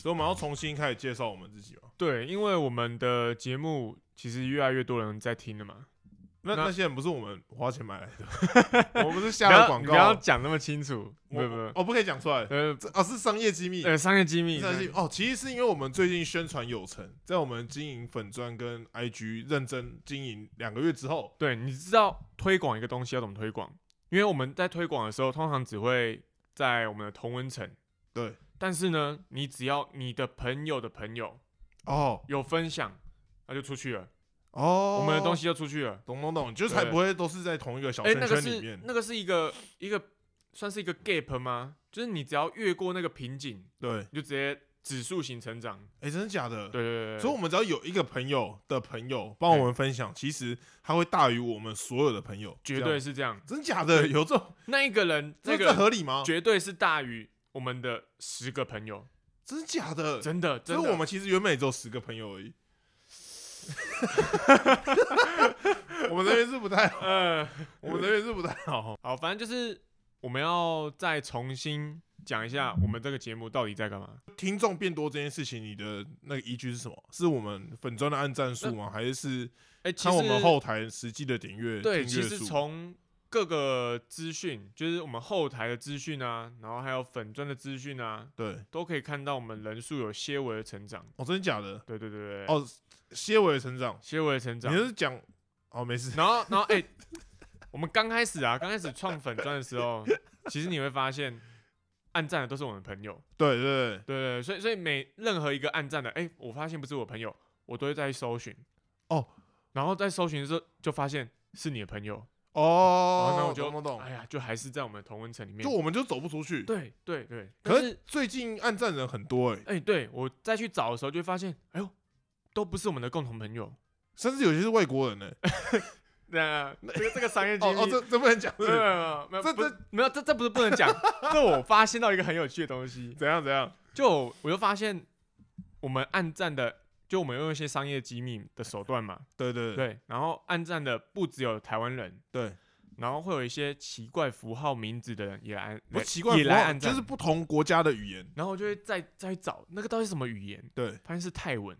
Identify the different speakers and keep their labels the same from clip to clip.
Speaker 1: 所以我们要重新开始介绍我们自己嘛。
Speaker 2: 对，因为我们的节目其实越来越多人在听了嘛。
Speaker 1: 那
Speaker 2: 那
Speaker 1: 那些人不是我们花钱买来的，我们是下了广
Speaker 2: 你
Speaker 1: 告
Speaker 2: 不要，讲那么清楚，不
Speaker 1: 我
Speaker 2: 不，
Speaker 1: 我不可以讲出来，
Speaker 2: 呃
Speaker 1: 这哦是商业机密。
Speaker 2: 呃，商业机密，
Speaker 1: 商业机密哦，其实是因为我们最近宣传有成，在我们经营粉砖跟 IG 认真经营两个月之后，
Speaker 2: 对，你知道推广一个东西要怎么推广？因为我们在推广的时候，通常只会在我们的同温层。
Speaker 1: 对。
Speaker 2: 但是呢，你只要你的朋友的朋友
Speaker 1: 哦
Speaker 2: 有分享，那就出去了，
Speaker 1: 哦，
Speaker 2: 我们的东
Speaker 1: 西
Speaker 2: 西就出去了。
Speaker 1: 懂懂懂，就是才
Speaker 2: 对
Speaker 1: 不会都是在同一哦个小
Speaker 2: 哎、
Speaker 1: 圈
Speaker 2: 那个
Speaker 1: 圈里
Speaker 2: 是
Speaker 1: 面。
Speaker 2: 那个是一个一个算是一个 gap 吗？就是你只要越过那个瓶颈，
Speaker 1: 对，
Speaker 2: 你就直接指数型成长。
Speaker 1: 哎，真的假的？
Speaker 2: 对对对对
Speaker 1: 所以，我们只要有一个朋友的朋友帮我们分享，其实他会大于我们所有的朋友，
Speaker 2: 绝
Speaker 1: 这
Speaker 2: 对
Speaker 1: 样
Speaker 2: 是这样。
Speaker 1: 真假的？
Speaker 2: 对
Speaker 1: 有这种
Speaker 2: 那一个人，
Speaker 1: 这
Speaker 2: 那个
Speaker 1: 这
Speaker 2: 人
Speaker 1: 合理吗？
Speaker 2: 绝对是大于我们的十个朋友，
Speaker 1: 真假的？
Speaker 2: 真的，
Speaker 1: 所
Speaker 2: 真
Speaker 1: 以
Speaker 2: 的。
Speaker 1: 我们其实原本也只有十个朋友而已。 我们人缘是不太好，
Speaker 2: 呃，
Speaker 1: 我们人缘是不太好。
Speaker 2: 好，反正就是我们要再重新讲一下我们这个节目到底在干嘛。
Speaker 1: 听众变多这件事情，你的那个依据是什么？是我们粉砖的按赞数吗？还是
Speaker 2: 哎、呃其实
Speaker 1: 看我们后台实际的点阅
Speaker 2: 对，
Speaker 1: 订
Speaker 2: 其
Speaker 1: 阅
Speaker 2: 实
Speaker 1: 数？
Speaker 2: 从各个资讯，就是我们后台的资讯啊，然后还有粉砖的资讯啊，
Speaker 1: 对，
Speaker 2: 都可以看到我们人数有些微的成长。
Speaker 1: 哦，真的假的？
Speaker 2: 对对对对，
Speaker 1: 哦，些微的成长，
Speaker 2: 些微的成
Speaker 1: 你
Speaker 2: 长。
Speaker 1: 是讲哦，没事，
Speaker 2: 然后，然后，哎、我们刚开始啊，刚开始创粉砖的时候，其实你会发现，按赞的都是我们朋友，
Speaker 1: 对对对，
Speaker 2: 对对对，所以所以每任何一个按赞的，哎、我发现不是我朋友，我都会在搜寻，
Speaker 1: 哦，
Speaker 2: 然后在搜寻的时候就发现是你的朋友，
Speaker 1: 哦
Speaker 2: 然，后那我就
Speaker 1: 懂懂懂
Speaker 2: 哎，呀，就还是在我们的同温层里面
Speaker 1: 就，我们就走不出去。
Speaker 2: 对对对，
Speaker 1: 可
Speaker 2: 但
Speaker 1: 是
Speaker 2: 是
Speaker 1: 最近按赞人很多哎，
Speaker 2: 哎、对我再去找的时候就会发现，哎呦，都不是我们的共同朋友，
Speaker 1: 甚至有些是外国人哎。
Speaker 2: 那啊这个这个商 业机
Speaker 1: 哦
Speaker 2: 密。
Speaker 1: 哦，这这不能讲，是不
Speaker 2: 没
Speaker 1: 是
Speaker 2: 有没有没有，
Speaker 1: 这
Speaker 2: 不是
Speaker 1: 这
Speaker 2: 没有这这不是不能 讲，这我发现到一个很有趣的东西，
Speaker 1: 怎样怎样？
Speaker 2: 就我就发现我们暗战的，就我们用一些商业机密的手段嘛，
Speaker 1: 对对
Speaker 2: 对，然后暗战的不只有台湾人，
Speaker 1: 对，
Speaker 2: 然后会有一些奇怪符号名字的人也来，
Speaker 1: 不
Speaker 2: 来
Speaker 1: 奇怪
Speaker 2: 也
Speaker 1: 符
Speaker 2: 来
Speaker 1: 号，
Speaker 2: 暗战，
Speaker 1: 就是不同国家的语言。
Speaker 2: 然后我就会再再找那个到底是什么语言，
Speaker 1: 对，
Speaker 2: 发现是泰文，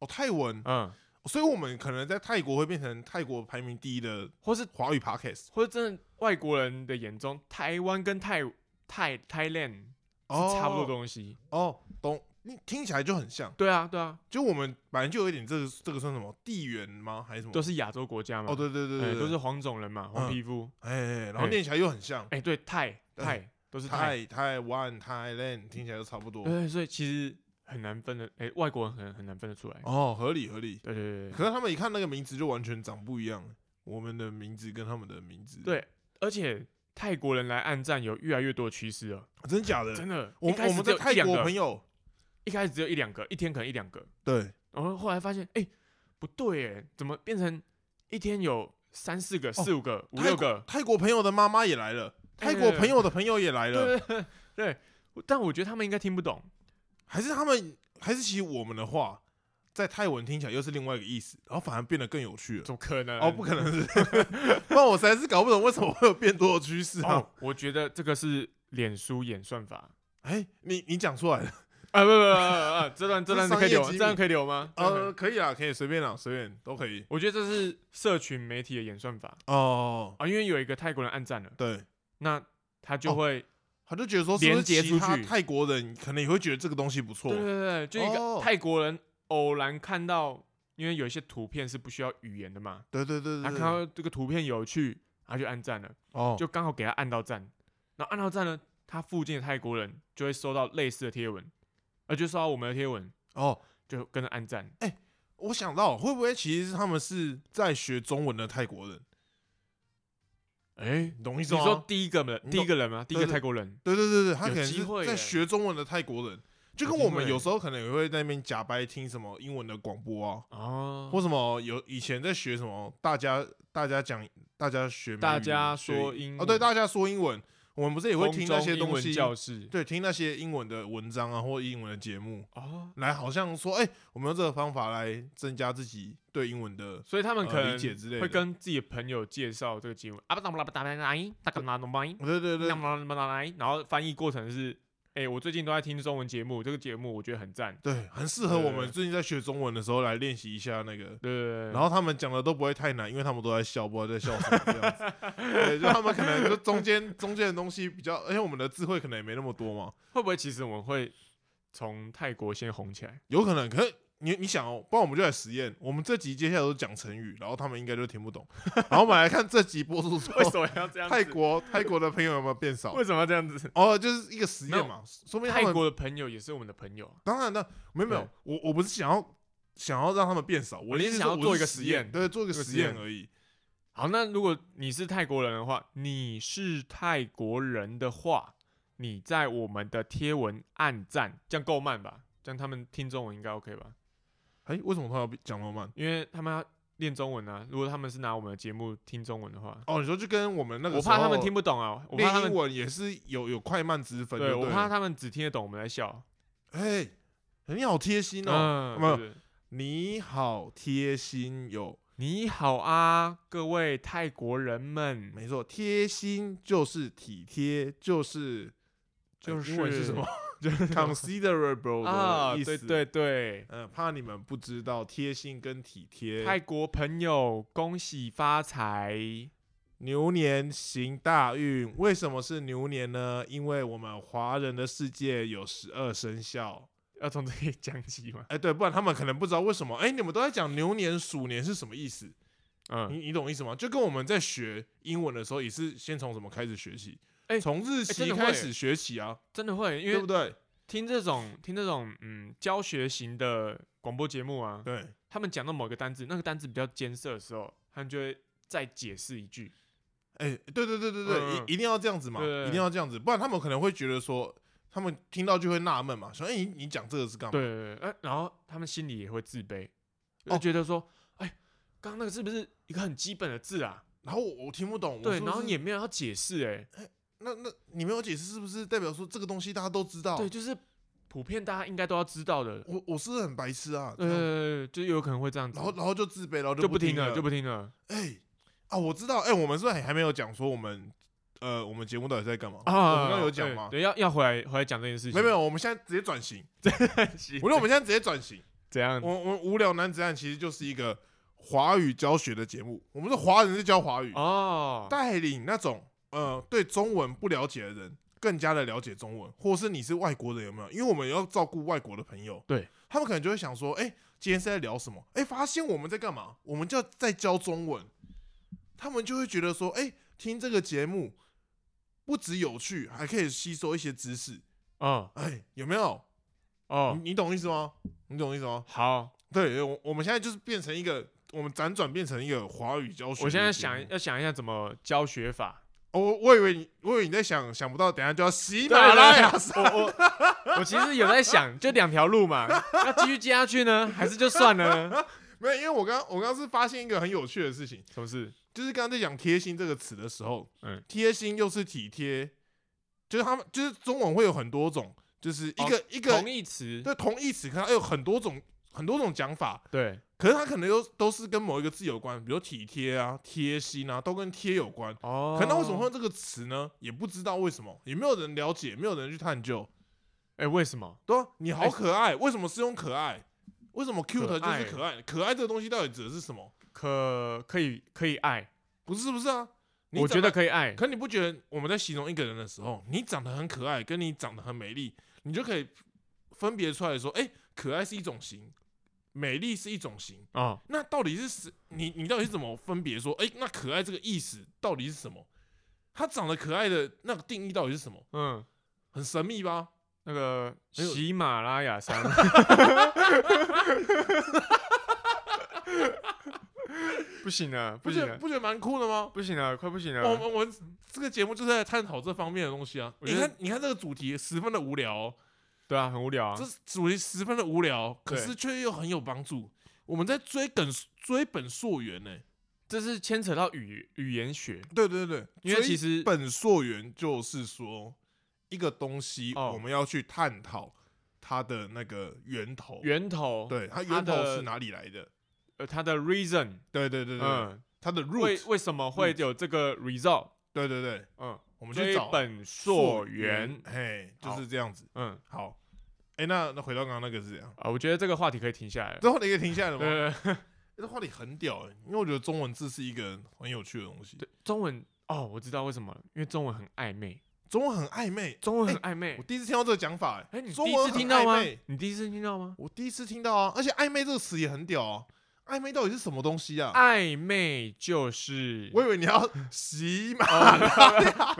Speaker 1: 哦，泰文，
Speaker 2: 嗯，
Speaker 1: 所以我们可能在泰国会变成泰国排名第一的
Speaker 2: 或是
Speaker 1: 华语 podcast。
Speaker 2: 或是真的外国人的眼中，台湾跟泰泰 Thailand 是差不多的东西，
Speaker 1: 哦，懂。你听起来就很像，
Speaker 2: 对啊对啊，
Speaker 1: 就我们本来就有一点这个这个算什么地缘吗？还是什么？
Speaker 2: 都是亚洲国家嘛，
Speaker 1: 哦，对对对对，
Speaker 2: 哎
Speaker 1: 对
Speaker 2: 都是黄种人嘛，黄
Speaker 1: 嗯
Speaker 2: 皮肤，
Speaker 1: 哎哎，哎然后
Speaker 2: 哎
Speaker 1: 念起来又很像，
Speaker 2: 哎、对泰
Speaker 1: 对
Speaker 2: 泰都是泰。
Speaker 1: 泰泰湾、泰 land 听起来都差不多。
Speaker 2: 对，所以其实很难分的，哎、外国人很很难分得出来。
Speaker 1: 哦，合理合理。
Speaker 2: 对对对对
Speaker 1: 可是他们一看那个名字就完全长不一样，我们的名字跟他们的名字。，
Speaker 2: 对，而且泰国人来暗战有越来越多的趋势了，哦
Speaker 1: 真假的？
Speaker 2: 真的。
Speaker 1: 我
Speaker 2: 一开
Speaker 1: 我
Speaker 2: 始
Speaker 1: 们
Speaker 2: 只
Speaker 1: 在
Speaker 2: 有
Speaker 1: 泰
Speaker 2: 一两
Speaker 1: 国朋
Speaker 2: 个，
Speaker 1: 友，
Speaker 2: 一开始只有一两个，一天可能一两个，
Speaker 1: 对，
Speaker 2: 然后后来发现，哎、不对，哎，怎么变成一天有三四
Speaker 1: 哦
Speaker 2: 个、四五个、五
Speaker 1: 泰
Speaker 2: 六
Speaker 1: 国
Speaker 2: 个？
Speaker 1: 泰国朋友的妈妈也来了，
Speaker 2: 对
Speaker 1: 泰
Speaker 2: 对
Speaker 1: 国
Speaker 2: 对
Speaker 1: 朋友的朋友也来
Speaker 2: 对
Speaker 1: 了，
Speaker 2: 对对对，我但我觉得他们应该听不懂。
Speaker 1: 还是他们，还是其实我们的话，在泰文听起来又是另外一个意思，然后反而变得更有趣了。
Speaker 2: 怎么可能？
Speaker 1: 哦，不可能是， 不然我实在是搞不懂为什么会有变多的趋势啊！
Speaker 2: 哦，我觉得这个是脸书演算法。
Speaker 1: 哎，你你讲出来了，
Speaker 2: 啊不不不不不，这段
Speaker 1: 这
Speaker 2: 这段
Speaker 1: 商
Speaker 2: 可以
Speaker 1: 业
Speaker 2: 留，
Speaker 1: 机
Speaker 2: 这段
Speaker 1: 密
Speaker 2: 可以留吗？这段可以
Speaker 1: 呃，可以啦，可以随便啦，随便都可以。
Speaker 2: 我觉得这是社群媒体的演算法
Speaker 1: 哦，
Speaker 2: 啊，因为有一个泰国人暗赞了，
Speaker 1: 对，
Speaker 2: 那他就
Speaker 1: 哦
Speaker 2: 会、
Speaker 1: 他就觉得说，是不是
Speaker 2: 连接
Speaker 1: 其他
Speaker 2: 出去
Speaker 1: 泰国人可能也会觉得这个东西不错
Speaker 2: 对？对对，就一
Speaker 1: 哦
Speaker 2: 个泰国人偶然看到，因为有一些图片是不需要语言的嘛，
Speaker 1: 对对对
Speaker 2: 啊他
Speaker 1: 对
Speaker 2: 看
Speaker 1: 对，
Speaker 2: 到这个图片有趣，他就按赞了，
Speaker 1: 哦，
Speaker 2: 就刚好给他按到赞，然后按到赞呢，他附近的泰国人就会收到类似的贴文，而就收到我们的贴文，
Speaker 1: 哦，
Speaker 2: 就跟着按赞，
Speaker 1: 我想到会不会其实他们是在学中文的泰国人，
Speaker 2: 哎、
Speaker 1: 你懂意
Speaker 2: 你
Speaker 1: 思吗？
Speaker 2: 说第一个人，
Speaker 1: 你
Speaker 2: 第一个人吗？第一
Speaker 1: 对
Speaker 2: 个
Speaker 1: 对
Speaker 2: 泰国人，
Speaker 1: 对对对对，他可
Speaker 2: 有
Speaker 1: 能
Speaker 2: 机
Speaker 1: 是
Speaker 2: 会
Speaker 1: 在
Speaker 2: 耶
Speaker 1: 学中文的泰国人，就
Speaker 2: 有
Speaker 1: 跟
Speaker 2: 机
Speaker 1: 我们
Speaker 2: 会
Speaker 1: 有时候可能也会在那边假掰听什么英文的广播啊，
Speaker 2: 哦，
Speaker 1: 或什么有以前在学什么，大家大家讲大家学美
Speaker 2: 大
Speaker 1: 语
Speaker 2: 家
Speaker 1: 学
Speaker 2: 说
Speaker 1: 英
Speaker 2: 英
Speaker 1: 哦，对，
Speaker 2: 文
Speaker 1: 大家说英文，我们不是也会
Speaker 2: 空
Speaker 1: 听那
Speaker 2: 中
Speaker 1: 些
Speaker 2: 英
Speaker 1: 东
Speaker 2: 文
Speaker 1: 西，
Speaker 2: 教室，
Speaker 1: 对，听那些英文的文章啊或英文的节目。
Speaker 2: 哦，
Speaker 1: 来，好像说，哎、我们用这个方法来增加自己对英文的
Speaker 2: 所以他们可
Speaker 1: 呃
Speaker 2: 能
Speaker 1: 理解之类的。
Speaker 2: 会跟自己的朋友介绍这个节目啊，不不不不不不不不不不不不不不
Speaker 1: 对对对，
Speaker 2: 不不，然后翻译过程是，哎、哎、我最近都在听中文节目，这个节目我觉得很赞。
Speaker 1: 对，很适合我们
Speaker 2: 对
Speaker 1: 最近在学中文的时候来练习一下那个。
Speaker 2: 对对对，
Speaker 1: 然后他们讲的都不会太难，因为他们都在笑，不知道在笑什么这样子。对，就他们可能就中间中间的东西比较，而且我们的智慧可能也没那么多嘛，
Speaker 2: 会不会其实我们会从泰国先红起来？
Speaker 1: 有可能。可是你你想哦，不然我们就来实验，我们这集接下来都讲成语，然后他们应该就听不懂。然后我们来看这集播出之
Speaker 2: 为
Speaker 1: 后，
Speaker 2: 什么要这样子？
Speaker 1: 泰国泰国的朋友有没有变少？
Speaker 2: 为什么要这样子？
Speaker 1: 哦，就是一个实
Speaker 2: 没有
Speaker 1: 验嘛，说明他
Speaker 2: 泰
Speaker 1: 们
Speaker 2: 国的朋友也是我们的朋友啊，
Speaker 1: 当然了，没有没有
Speaker 2: 对，
Speaker 1: 我我不是想要想要让他们变少，我
Speaker 2: 你
Speaker 1: 的意
Speaker 2: 是
Speaker 1: 思是
Speaker 2: 想要
Speaker 1: 我
Speaker 2: 做
Speaker 1: 是
Speaker 2: 一个
Speaker 1: 实
Speaker 2: 实验
Speaker 1: 对，做一个
Speaker 2: 做个
Speaker 1: 实
Speaker 2: 实
Speaker 1: 验
Speaker 2: 验
Speaker 1: 而已。
Speaker 2: 好，那如果你是泰国人的话，你是泰国人的话，你在我们的贴文按赞，这样够慢吧？这样他们听中文应该 OK 吧？
Speaker 1: 哎、为什么他要讲那么慢？
Speaker 2: 因为他们要练中文啊。如果他们是拿我们的节目听中文的话，
Speaker 1: 哦，你说就跟我们那个，
Speaker 2: 我怕他们听，不懂啊，我怕他
Speaker 1: 练英
Speaker 2: 们
Speaker 1: 文也是有有快慢之分就
Speaker 2: 对
Speaker 1: 了，
Speaker 2: 我怕他们只听得懂我们在笑。
Speaker 1: 哎、你好贴心哦，
Speaker 2: 嗯，
Speaker 1: 没有
Speaker 2: 对对对
Speaker 1: 你好贴心哟，
Speaker 2: 你好啊，各位泰国人们，
Speaker 1: 没错，贴心就是体贴，就是
Speaker 2: 就
Speaker 1: 哎英文是 什么？considerable
Speaker 2: 啊？
Speaker 1: 的意
Speaker 2: 对
Speaker 1: 思，
Speaker 2: 对对，
Speaker 1: 呃，怕你们不知道贴心跟体贴，
Speaker 2: 泰国朋友恭喜发财。
Speaker 1: 牛年行大运，为什么是牛年呢？因为我们华人的世界有十二生肖。
Speaker 2: 要从这里讲起吗？
Speaker 1: 哎，对，不然他们可能不知道为什么。哎，你们都在讲牛年、鼠年是什么意思？你
Speaker 2: 嗯，
Speaker 1: 你懂意思吗？就跟我们在学英文的时候，也是先从什么开始学起？
Speaker 2: 哎
Speaker 1: 从日
Speaker 2: 真
Speaker 1: 期
Speaker 2: 的会
Speaker 1: 开始学起啊，
Speaker 2: 真的会，因
Speaker 1: 对不
Speaker 2: 为
Speaker 1: 对？
Speaker 2: 听这种听这种嗯教学型的广播节目啊，
Speaker 1: 对，
Speaker 2: 他们讲到某个单字，那个单字比较艰涩的时候，他们就会再解释一句。
Speaker 1: 哎，对对对对对，
Speaker 2: 嗯
Speaker 1: 一一定要这样子嘛，
Speaker 2: 对对对
Speaker 1: 一定要这样子，不然他们可能会觉得说，他们听到就会纳闷嘛，说，哎，你你讲这个是干嘛？
Speaker 2: 对对对，呃然后他们心里也会自卑，
Speaker 1: 哦
Speaker 2: 就觉得说，哎、刚刚那个是不是一个很基本的字啊？
Speaker 1: 然后我我听不懂，我
Speaker 2: 对，
Speaker 1: 是不
Speaker 2: 然后
Speaker 1: 是
Speaker 2: 你也没有要解释、哎
Speaker 1: 那那你没有解释，是不是代表说这个东西大家都知道？
Speaker 2: 哎，对，就是普遍大家应该都要知道的。
Speaker 1: 我我是不是很白痴啊。这样
Speaker 2: 呃，就有可能会这样子，
Speaker 1: 然后然后就自卑，然后
Speaker 2: 就
Speaker 1: 不
Speaker 2: 不听
Speaker 1: 了，
Speaker 2: 了，就
Speaker 1: 不
Speaker 2: 不听了。
Speaker 1: 哎、啊，我知道，哎、我们是不是还没有讲说我们呃我们节目到底在干嘛？
Speaker 2: 啊，
Speaker 1: 我们刚刚有讲
Speaker 2: 对
Speaker 1: 吗？
Speaker 2: 对，要要回来回来讲这件事情。
Speaker 1: 没有没有，我们现在直接转型。
Speaker 2: 行
Speaker 1: 我觉得我们现在直接转型。
Speaker 2: 怎样
Speaker 1: 我？我们无聊男子汉其实就是一个华语教学的节目，我们是华人是教华语，
Speaker 2: 哦，
Speaker 1: 带领那种呃对中文不了解的人更加的了解中文，或是你是外国人有没有？因为我们要照顾外国的朋友，
Speaker 2: 对
Speaker 1: 他们可能就会想说，哎、今天是在聊什么？哎、发现我们在干嘛？我们就要在教中文，他们就会觉得说，哎、听这个节目不只有趣，还可以吸收一些知识。
Speaker 2: 哦
Speaker 1: 哎、有没有？
Speaker 2: 哦，
Speaker 1: 你你懂意思吗？你懂意思吗？
Speaker 2: 好，
Speaker 1: 对，我我们现在就是变成一个，我们辗转变成一个华语教学的节目。
Speaker 2: 我现在想要想一下怎么教学法。
Speaker 1: 哦，我我以为你，我以为你在想，想不到，等一下就要喜
Speaker 2: 对
Speaker 1: 马拉雅
Speaker 2: 对
Speaker 1: 山。
Speaker 2: 我我我其实有在想，就两条路嘛，要继续接下去呢，还是就算 了呢？
Speaker 1: 没有，因为我刚我刚刚是发现一个很有趣的事情，
Speaker 2: 什么事？
Speaker 1: 就是刚刚在讲贴心这个词的时候，
Speaker 2: 嗯
Speaker 1: 贴心又是体贴，就是他们就是中文会有很多种，就是一个、一个
Speaker 2: 哦同义词？
Speaker 1: 对同义词，可能它有很多种很多种讲法，
Speaker 2: 对，
Speaker 1: 可是它可能又都是跟某一个字有关，比如体贴啊、贴心啊，都跟贴有关。
Speaker 2: 哦，
Speaker 1: 可那为什么会？用这个词呢？也不知道为什么，也没有人了解，没有人去探究。
Speaker 2: 哎，为什么？
Speaker 1: 对、啊，你好
Speaker 2: 哎
Speaker 1: 可爱，为什么是用可爱？为什么 cute
Speaker 2: 可
Speaker 1: 就是
Speaker 2: 爱
Speaker 1: 可爱？可爱这个东西到底指的是什么？
Speaker 2: 可可以可以爱，
Speaker 1: 不是不是啊？你
Speaker 2: 我觉
Speaker 1: 长
Speaker 2: 得可以爱。
Speaker 1: 可你不觉得我们在形容一个人的时候，你长得很可爱，跟你长得很美丽，你就可以分别出来说，哎、可爱是一种型，美丽是一种型。
Speaker 2: 哦，
Speaker 1: 那到底是什？你你到底是怎么分别说，哎、那可爱这个意思到底是什么？他长得可爱的那个定义到底是什么？
Speaker 2: 嗯，
Speaker 1: 很神秘吧？
Speaker 2: 那个
Speaker 1: 很有
Speaker 2: 喜马拉雅山， 不行了，
Speaker 1: 不
Speaker 2: 不行
Speaker 1: 觉得
Speaker 2: 了，
Speaker 1: 不觉得蛮酷的吗？
Speaker 2: 不行了，快不行了。
Speaker 1: 我们我们这个节目就是在探讨这方面的东西啊。
Speaker 2: 我
Speaker 1: 嗯你
Speaker 2: 觉得
Speaker 1: 看，你看这个主题十分的无聊、哦，
Speaker 2: 对啊，很无聊啊
Speaker 1: 这。主题十分的无聊，哦可
Speaker 2: 对
Speaker 1: 是却又很有帮助。我们在追梗追本溯源呢、
Speaker 2: 这是牵扯到语语言学，
Speaker 1: 对对对，
Speaker 2: 因为其实
Speaker 1: 本溯源就是说一个东西，
Speaker 2: 哦
Speaker 1: 我们要去探讨它的那个源头，
Speaker 2: 源头
Speaker 1: 对它
Speaker 2: 它
Speaker 1: 源头
Speaker 2: 的
Speaker 1: 是哪里来的？
Speaker 2: 呃它的 reason，
Speaker 1: 对对对对，
Speaker 2: 嗯，
Speaker 1: 它的
Speaker 2: 为
Speaker 1: root，
Speaker 2: 为什么会有这个 result，
Speaker 1: 对对对，
Speaker 2: 嗯，
Speaker 1: 我们去
Speaker 2: 追
Speaker 1: 找
Speaker 2: 本溯源。
Speaker 1: 嘿，就
Speaker 2: 好
Speaker 1: 是这样子。
Speaker 2: 嗯，
Speaker 1: 好，哎、那那回到刚刚那个是这样，
Speaker 2: 啊，我觉得这个话题可以停下来了。
Speaker 1: 这话题可以停下来了吗？
Speaker 2: 对，
Speaker 1: 这话题很屌哎、因为我觉得中文字是一个很有趣的东西，
Speaker 2: 对，中文哦，我知道为什么了，因为中文很暧昧，
Speaker 1: 中文很暧昧。
Speaker 2: 中文很暧昧
Speaker 1: 我。第一次听到这个讲法哎、
Speaker 2: 哎，你第
Speaker 1: 中
Speaker 2: 一
Speaker 1: 文
Speaker 2: 次
Speaker 1: 很
Speaker 2: 听到吗
Speaker 1: 暧昧？
Speaker 2: 你第一次听到吗？
Speaker 1: 我第一次听到啊，而且暧昧这个词也很屌啊，暧昧到底是什么东西啊？
Speaker 2: 暧昧就是，
Speaker 1: 我以为你 要洗马，
Speaker 2: 没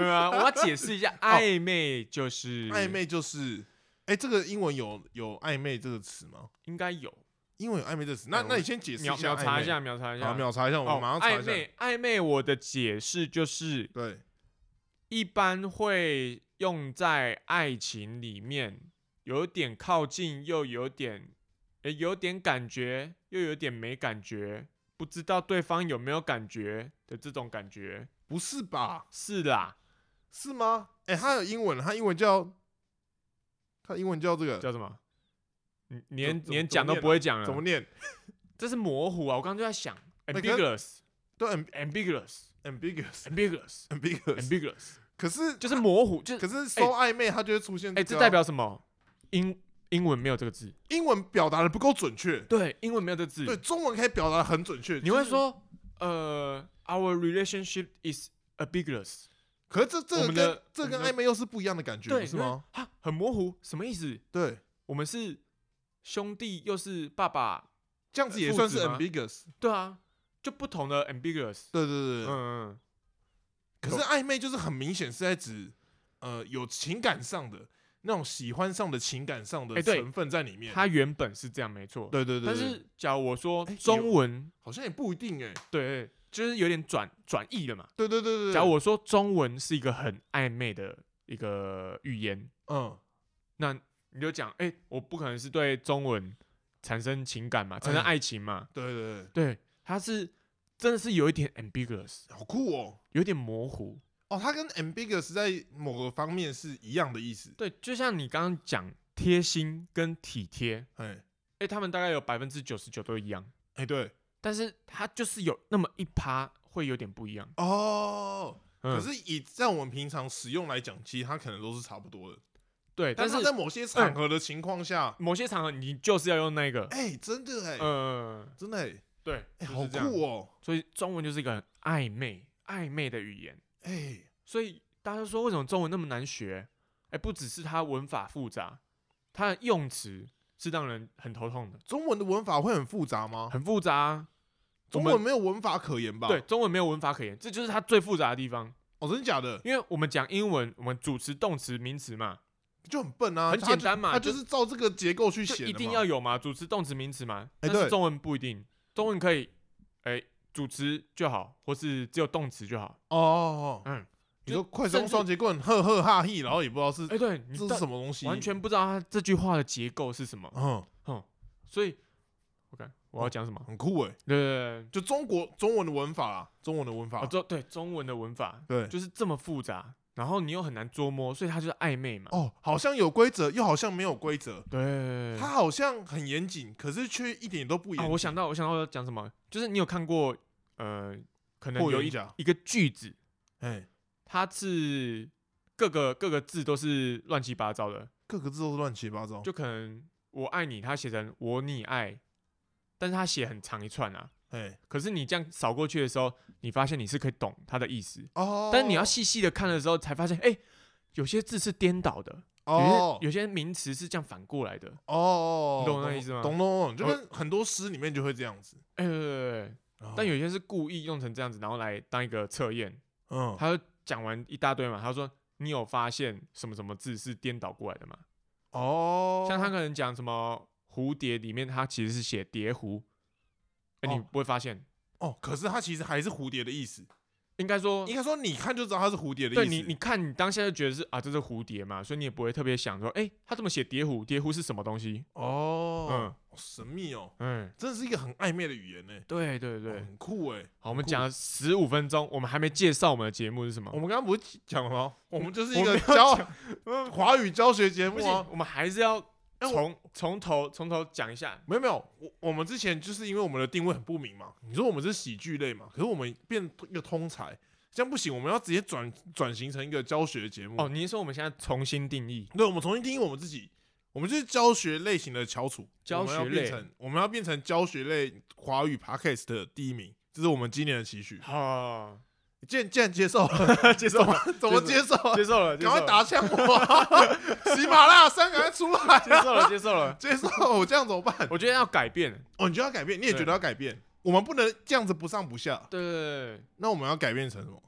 Speaker 2: 有啊，我要解释一下，暧昧就是
Speaker 1: 哦暧，昧就是，哎、这个英文有有暧昧这个词吗？
Speaker 2: 应该有
Speaker 1: 英文有暧昧这个词，那
Speaker 2: 嗯
Speaker 1: 那你先解释
Speaker 2: 秒
Speaker 1: 下
Speaker 2: 秒查
Speaker 1: 暧
Speaker 2: 一
Speaker 1: 昧，
Speaker 2: 下，秒查一
Speaker 1: 好，
Speaker 2: 下。
Speaker 1: 秒查一下，我
Speaker 2: 哦
Speaker 1: 们马上查一
Speaker 2: 暧
Speaker 1: 下。
Speaker 2: 昧，暧昧，我的解释就是
Speaker 1: 对，
Speaker 2: 一般会用在爱情里面，有点靠近，又有点，诶，有点感觉，又有点没感觉，不知道对方有没有感觉的这种感觉。
Speaker 1: 不是吧？
Speaker 2: 是啦，
Speaker 1: 是吗？哎、它有英文，它英文叫，它英文叫这个
Speaker 2: 叫什嗯么？你连
Speaker 1: 怎么
Speaker 2: 连
Speaker 1: 怎
Speaker 2: 讲
Speaker 1: 么
Speaker 2: 都
Speaker 1: 念
Speaker 2: 不会讲
Speaker 1: 怎么
Speaker 2: 了，
Speaker 1: 念？
Speaker 2: 这是模糊啊！我刚刚就在想
Speaker 1: 每个对
Speaker 2: ，ambiguous，ambiguous，ambiguous，ambiguous，ambiguous，
Speaker 1: ，ambiguous，ambiguous，可是
Speaker 2: 嗯就是模糊，就是
Speaker 1: 可是搜暧昧，它就会出现
Speaker 2: 哎、
Speaker 1: 个啊。
Speaker 2: 这代表什么？英英文没有这个字，
Speaker 1: 英文表达的不够准确，
Speaker 2: 对，英文没有这个字，
Speaker 1: 对，中文可以表达的很准确。
Speaker 2: 你
Speaker 1: 就
Speaker 2: 会
Speaker 1: 是，
Speaker 2: 说，呃，our relationship is ambiguous，
Speaker 1: 可是这这
Speaker 2: 我
Speaker 1: 个
Speaker 2: 们
Speaker 1: 跟
Speaker 2: 的
Speaker 1: 这
Speaker 2: 我
Speaker 1: 跟
Speaker 2: 们的
Speaker 1: 暧昧又是不一样的感觉，
Speaker 2: 对，
Speaker 1: 不是
Speaker 2: 因为
Speaker 1: 吗？？
Speaker 2: 哈，很模糊，什么意思？
Speaker 1: 对，
Speaker 2: 我们是兄弟，又是爸爸，
Speaker 1: 这样子也
Speaker 2: 父
Speaker 1: 算
Speaker 2: 子
Speaker 1: 是
Speaker 2: 吗
Speaker 1: ambiguous。
Speaker 2: 对啊，就不同的 ambiguous，
Speaker 1: 对对对
Speaker 2: 嗯
Speaker 1: 对，
Speaker 2: 嗯，
Speaker 1: 可是暧昧就是很明显是在指呃有情感上的那种喜欢上的情感上的
Speaker 2: 哎对
Speaker 1: 成分在里
Speaker 2: 嗯
Speaker 1: 面。
Speaker 2: 它原本是这样没错，
Speaker 1: 对对对，
Speaker 2: 但
Speaker 1: 对
Speaker 2: 是假如我说
Speaker 1: 哎有
Speaker 2: 中文，
Speaker 1: 好像也不一定哎。
Speaker 2: 对，对就是有点转转译了嘛。
Speaker 1: 对对对对，
Speaker 2: 假如我说中文是一个很暧昧的一个语言，
Speaker 1: 嗯，
Speaker 2: 那你就讲，哎、我不可能是对中文产生情感嘛，产生
Speaker 1: 哎
Speaker 2: 爱情嘛，
Speaker 1: 对对
Speaker 2: 对，它是真的是有一点 ambiguous，
Speaker 1: 对，好酷哦。
Speaker 2: 有一点模糊。
Speaker 1: 哦，它跟 ambiguous 在某个方面是一样的意思。
Speaker 2: 对，就像你刚刚讲贴心跟体贴，
Speaker 1: 哎
Speaker 2: 诶，他们大概有百分之九十九都一样，
Speaker 1: 哎，对
Speaker 2: 但是它就是有那么一趴会有点不一样。
Speaker 1: 哦。
Speaker 2: 嗯、
Speaker 1: 可是以在我们平常使用来讲，其实它可能都是差不多的。
Speaker 2: 对，但
Speaker 1: 但
Speaker 2: 是
Speaker 1: 是在某些场合的情况下，
Speaker 2: 某些场合你就是要用那个，
Speaker 1: 哎、真的哎、
Speaker 2: 嗯、呃，
Speaker 1: 真的哎、
Speaker 2: 对，
Speaker 1: 哎
Speaker 2: 就是
Speaker 1: 好
Speaker 2: 这样
Speaker 1: 酷哦、
Speaker 2: 所以中文就是一个很暧昧暧昧的语言，
Speaker 1: 哎、
Speaker 2: 所以大家都说为什么中文那么难学？哎、不只是它文法复杂，它的用词是让人很头痛的。
Speaker 1: 中文的文法会很复杂吗？
Speaker 2: 很复杂、
Speaker 1: 哦
Speaker 2: 啊。
Speaker 1: 中
Speaker 2: 我
Speaker 1: 文哦
Speaker 2: 们
Speaker 1: 没有文法可言吧？
Speaker 2: 对，中文没有文法可言，这就是它最复杂的地方。
Speaker 1: 哦，真的假的？
Speaker 2: 因为我们讲英文，我们主词、动词、名词嘛，
Speaker 1: 就很笨啊，
Speaker 2: 很
Speaker 1: 它
Speaker 2: 简
Speaker 1: 就
Speaker 2: 单嘛
Speaker 1: 它就是照这个结构去
Speaker 2: 就
Speaker 1: 写的
Speaker 2: 一定
Speaker 1: 嘛哎
Speaker 2: 要有嘛，主词、动词、名词嘛。但
Speaker 1: 对
Speaker 2: 是中文不一定，中文可以，哎、主词就好，或是只有动词就好。
Speaker 1: 哦哦哦，
Speaker 2: 嗯，
Speaker 1: 你
Speaker 2: 就
Speaker 1: 说快松
Speaker 2: 甚至
Speaker 1: 双节棍，呵呵哈嘿，然后也不知道是、
Speaker 2: 哎、对，你
Speaker 1: 这
Speaker 2: 到
Speaker 1: 是什么东西，
Speaker 2: 完全不知道它这句话的结构是什么，
Speaker 1: 嗯，
Speaker 2: 所以，OK，我要讲什么？
Speaker 1: 很酷哎、
Speaker 2: 对对对
Speaker 1: 就中国中文的文法啦，中文的文法，
Speaker 2: 对，哦，中对中文的文法
Speaker 1: 对，
Speaker 2: 就是这么复杂，然后你又很难捉摸，所以它就是暧昧嘛。
Speaker 1: 哦，好像有规则，又好像没有规则，
Speaker 2: 对，
Speaker 1: 它好像很严谨，可是却一点都不严
Speaker 2: 啊，
Speaker 1: 谨。
Speaker 2: 我想到，我想到要讲什么，就是你有看过，呃，可能
Speaker 1: 霍
Speaker 2: 有
Speaker 1: 元
Speaker 2: 一
Speaker 1: 甲
Speaker 2: 一个句子，
Speaker 1: 哎，
Speaker 2: 它是各个各个字都是乱七八糟的，
Speaker 1: 各个字都是乱七八糟。
Speaker 2: 就可能我爱你，它写成我你爱，但是它写很长一串啊。
Speaker 1: 哎，
Speaker 2: 可是你这样扫过去的时候，你发现你是可以懂它的意思，
Speaker 1: 哦，
Speaker 2: 但是你要细细的看的时候，才发现，哎、有些字是颠倒的，
Speaker 1: 哦
Speaker 2: 有些有些名词是这样反过来的。
Speaker 1: 哦，
Speaker 2: 你懂那意思吗
Speaker 1: 懂懂懂，就跟很多诗里面就会这样子。
Speaker 2: 哎、对对对对，
Speaker 1: 哦
Speaker 2: 但有些是故意用成这样子，然后来当一个测验。
Speaker 1: 嗯，
Speaker 2: 他就讲完一大堆嘛，他说你有发现什么什么字是颠倒过来的吗？
Speaker 1: 哦，
Speaker 2: 像他可能讲什么蝴蝶里面，他其实是写蝶蝴，哎、你
Speaker 1: 哦
Speaker 2: 不会发现，
Speaker 1: 哦，可是它其实还是蝴蝶的意思。
Speaker 2: 应该说
Speaker 1: 应。该说你看就知道它是蝴蝶的意
Speaker 2: 哦对
Speaker 1: 思。
Speaker 2: 你，你看你当下就觉得是啊，这是蝴蝶嘛，所以你也不会特别想说，哎、他怎么写蝶蝴？蝶蝴是什么东西？
Speaker 1: 哦，好神秘哦，
Speaker 2: 嗯嗯，
Speaker 1: 真的是一个很暧昧的语言呢。
Speaker 2: 对对
Speaker 1: 哦
Speaker 2: 对。
Speaker 1: 很酷哎。
Speaker 2: 好，我们
Speaker 1: 酷
Speaker 2: 讲了十五分钟，我们还没介绍我们的节目是什么
Speaker 1: 我。们刚刚不是讲了吗？我们就是一
Speaker 2: 我
Speaker 1: 个
Speaker 2: 没有
Speaker 1: 教华语教学节目
Speaker 2: 不行
Speaker 1: 啊。，
Speaker 2: 我们还是要
Speaker 1: 嗯哎我
Speaker 2: 从从头从头讲一下。
Speaker 1: 没有没有，我我们之前就是因为我们的定位很不明嘛，你说我们是喜剧类嘛，可是我们变一个通才，这样不行，我们要直接转转型成一个教学节目。
Speaker 2: 哦，你是说我们现在重新定义？
Speaker 1: 对，我们重新定义我们自己，我们就是教学类型的翘楚，
Speaker 2: 教
Speaker 1: 我们要
Speaker 2: 学
Speaker 1: 变
Speaker 2: 类
Speaker 1: 成我们要变成教学类华语 podcast 的第一名，这是我们今年的期许。
Speaker 2: 哦，
Speaker 1: 既然既然接受 了，接受了，怎么接受啊？
Speaker 2: 接受了，接
Speaker 1: 赶
Speaker 2: 受
Speaker 1: 快
Speaker 2: 了，
Speaker 1: 打枪我 啊！喜马拉雅山赶快出来啊！
Speaker 2: 接受了，接受了。
Speaker 1: 接受我这样怎么办？
Speaker 2: 我觉得要改变，
Speaker 1: 哦，你就要改变，你也觉得要改变，我们不能这样子不上不下。
Speaker 2: 对对对对，
Speaker 1: 那我们要改变成什么？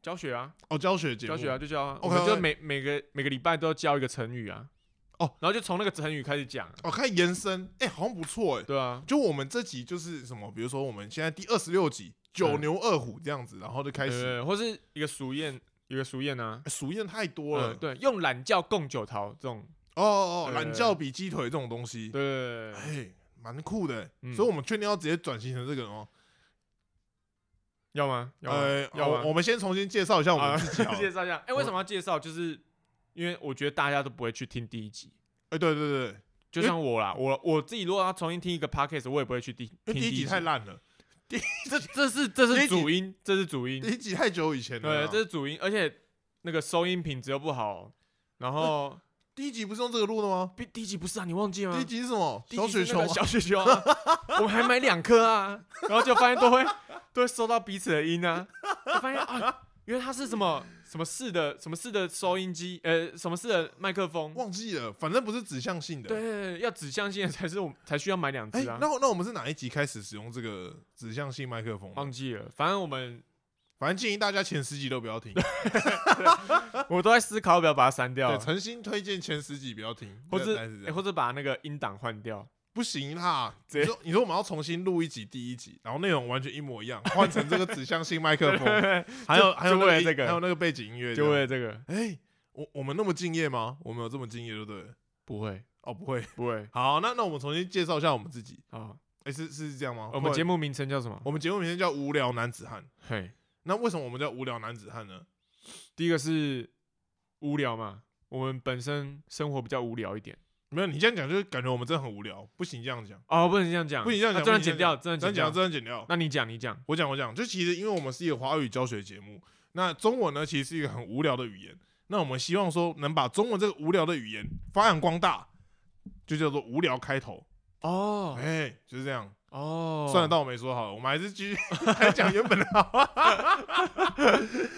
Speaker 2: 教学啊，
Speaker 1: 哦，教学节目，
Speaker 2: 教学啊，就教啊，我
Speaker 1: OK，
Speaker 2: 们就
Speaker 1: OK
Speaker 2: 每每个每个礼拜都要教一个成语啊，
Speaker 1: 哦，
Speaker 2: 然后就从那个成语开始讲啊，
Speaker 1: 哦，看延伸，哎、好像不错哎、
Speaker 2: 对啊，
Speaker 1: 就我们这集就是什么，比如说我们现在第二十六集九
Speaker 2: 嗯
Speaker 1: 牛二虎这样子，然后就开
Speaker 2: 对，
Speaker 1: 始
Speaker 2: 对或是一个俗谚，一个俗谚啊，
Speaker 1: 欸熟宴太多了。
Speaker 2: 嗯，对，用懒觉供九桃这种，
Speaker 1: 哦哦哦，
Speaker 2: 对
Speaker 1: 懒觉比鸡腿这种东西，
Speaker 2: 对对对对，对
Speaker 1: 哎，蛮酷的欸、
Speaker 2: 嗯
Speaker 1: 所以我们确定要直接转型成这个哦。
Speaker 2: 要吗？要吗
Speaker 1: 呃，
Speaker 2: 要吗
Speaker 1: 我我们先重新介绍一下我
Speaker 2: 啊
Speaker 1: 们自己好了。
Speaker 2: 介绍一下，哎，为什么要介绍？就是因为我觉得大家都不会去听第一集。
Speaker 1: 哎，对对对，
Speaker 2: 就像我啦，我我自己如果要重新听一个 podcast，我也不会去听。
Speaker 1: 因为
Speaker 2: 听
Speaker 1: 第一集太，烂了，
Speaker 2: 这这是这
Speaker 1: 第一
Speaker 2: 是
Speaker 1: 集
Speaker 2: 主音，这是主音
Speaker 1: 第，一集太久以前了
Speaker 2: 对，啊
Speaker 1: 啦。
Speaker 2: 这是主音，而且那个收音品质又不好。然后
Speaker 1: 第一集不是用这个录的吗？
Speaker 2: 第第一集不是啊，你忘记吗？
Speaker 1: 第一集是什么？
Speaker 2: 第一
Speaker 1: 小
Speaker 2: 集
Speaker 1: 雪
Speaker 2: 是那
Speaker 1: 球
Speaker 2: 个
Speaker 1: 吗？
Speaker 2: 小雪球啊，我们还买两颗啊，然后就发现都会都会收到彼此的音啊，就发现啊，原来它是什么什么式的什么式的收音机，呃，什么式的麦克风。
Speaker 1: 忘记了，反正不是指向性的。
Speaker 2: 对，对，对要指向性的才是我们才需要买两
Speaker 1: 哎、
Speaker 2: 只啊
Speaker 1: 那。我那我们是哪一集开始使用这个指向性麦克风的？
Speaker 2: 忘记了，反正我们
Speaker 1: 反正建议大家前十集都不 要听，
Speaker 2: 我都在思考要不要把它删掉
Speaker 1: 对，，诚心推荐前十集不要听，
Speaker 2: 哦或
Speaker 1: 对
Speaker 2: 者、
Speaker 1: 大概是这
Speaker 2: 欸
Speaker 1: 样
Speaker 2: 或者把那个音档换掉，啊
Speaker 1: 不行啦。
Speaker 2: 直接
Speaker 1: 你说你说我们要重新录一集第一集，然后内容完全一模一样，换成这个指向性麦 克风，还有还有
Speaker 2: 就
Speaker 1: 那
Speaker 2: 为了
Speaker 1: 音
Speaker 2: 这个
Speaker 1: 还有那个背景音乐这
Speaker 2: 就
Speaker 1: 样，
Speaker 2: 为了这个，
Speaker 1: 哎、我我们那么敬业吗？我们有这么敬业，对不对了？
Speaker 2: 不会
Speaker 1: 哦，不会。
Speaker 2: 不会
Speaker 1: 好，那那我们重新介绍一下我们自己。
Speaker 2: 啊。
Speaker 1: 哎、是是这样吗？
Speaker 2: 哦我们
Speaker 1: 会
Speaker 2: 节目名称叫什么？
Speaker 1: 我们节目名称叫《无聊男子汉》。
Speaker 2: 嘿，
Speaker 1: 那为什么我们叫无聊男子汉呢？
Speaker 2: 第一个是无聊嘛，我们本身生活比较无聊一点
Speaker 1: 没有，你这样讲就是感觉我们真的很无聊，不行这样讲，
Speaker 2: 哦，不能这样讲，
Speaker 1: 不行这样
Speaker 2: 啊
Speaker 1: 讲，
Speaker 2: 这段
Speaker 1: 不行
Speaker 2: 剪
Speaker 1: 这样
Speaker 2: 掉，这段
Speaker 1: 讲
Speaker 2: 剪
Speaker 1: 这样
Speaker 2: 掉
Speaker 1: 讲，，这样剪掉。
Speaker 2: 那你讲你讲，
Speaker 1: 我讲我讲，就其实因为我们是一个华语教学节目，那中文呢其实是一个很无聊的语言，那我们希望说能把中文这个无聊的语言发扬光大，就叫做无聊开头。
Speaker 2: 哦
Speaker 1: 哎、就是这样。
Speaker 2: 哦，
Speaker 1: 算得到我没说好了，我们还是继 续还讲原本的好话。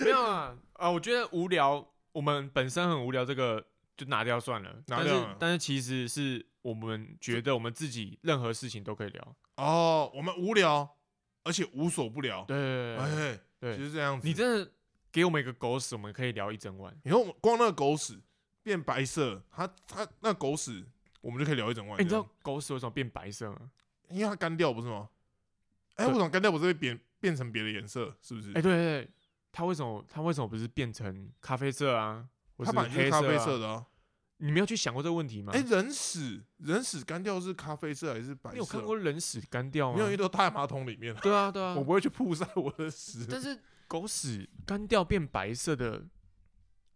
Speaker 2: 没有啊啊，我觉得无聊，我们本身很无聊，这个就拿掉算了，
Speaker 1: 拿掉
Speaker 2: 但
Speaker 1: 了
Speaker 2: 是但是其实是我们觉得我们自己任何事情都可以聊，
Speaker 1: 哦，我们无聊，而且无所不聊。
Speaker 2: 对对对
Speaker 1: 哎、
Speaker 2: 对对
Speaker 1: 就是哦这样子。
Speaker 2: 你真的给我们一个狗屎，我们可以聊一整晚。
Speaker 1: 你说我们光那个狗屎变白色，它它那狗屎，我们就可以聊一整晚这
Speaker 2: 哎、
Speaker 1: 样。
Speaker 2: 你知道狗屎为什么变白色吗？
Speaker 1: 因为它干掉不是吗？哎、
Speaker 2: 对
Speaker 1: 为什么干掉不是会变变成别的颜色？是不是？
Speaker 2: 哎、对对对，它为什么它为什么不是变成咖啡色啊？或
Speaker 1: 它
Speaker 2: 是
Speaker 1: 本来就是
Speaker 2: 黑
Speaker 1: 咖
Speaker 2: 色
Speaker 1: 啡
Speaker 2: 啊嗯
Speaker 1: 色的啊。
Speaker 2: 你没有去想过这个问题吗？
Speaker 1: 哎、人屎人屎干掉是咖啡色还是白色？啊
Speaker 2: 你有看过人屎干掉
Speaker 1: 没有？因
Speaker 2: 吗
Speaker 1: 为？都倒在马桶里面了。
Speaker 2: 对啊，对啊
Speaker 1: 我。不会去曝晒我的屎。
Speaker 2: 但是狗屎干掉变白色的，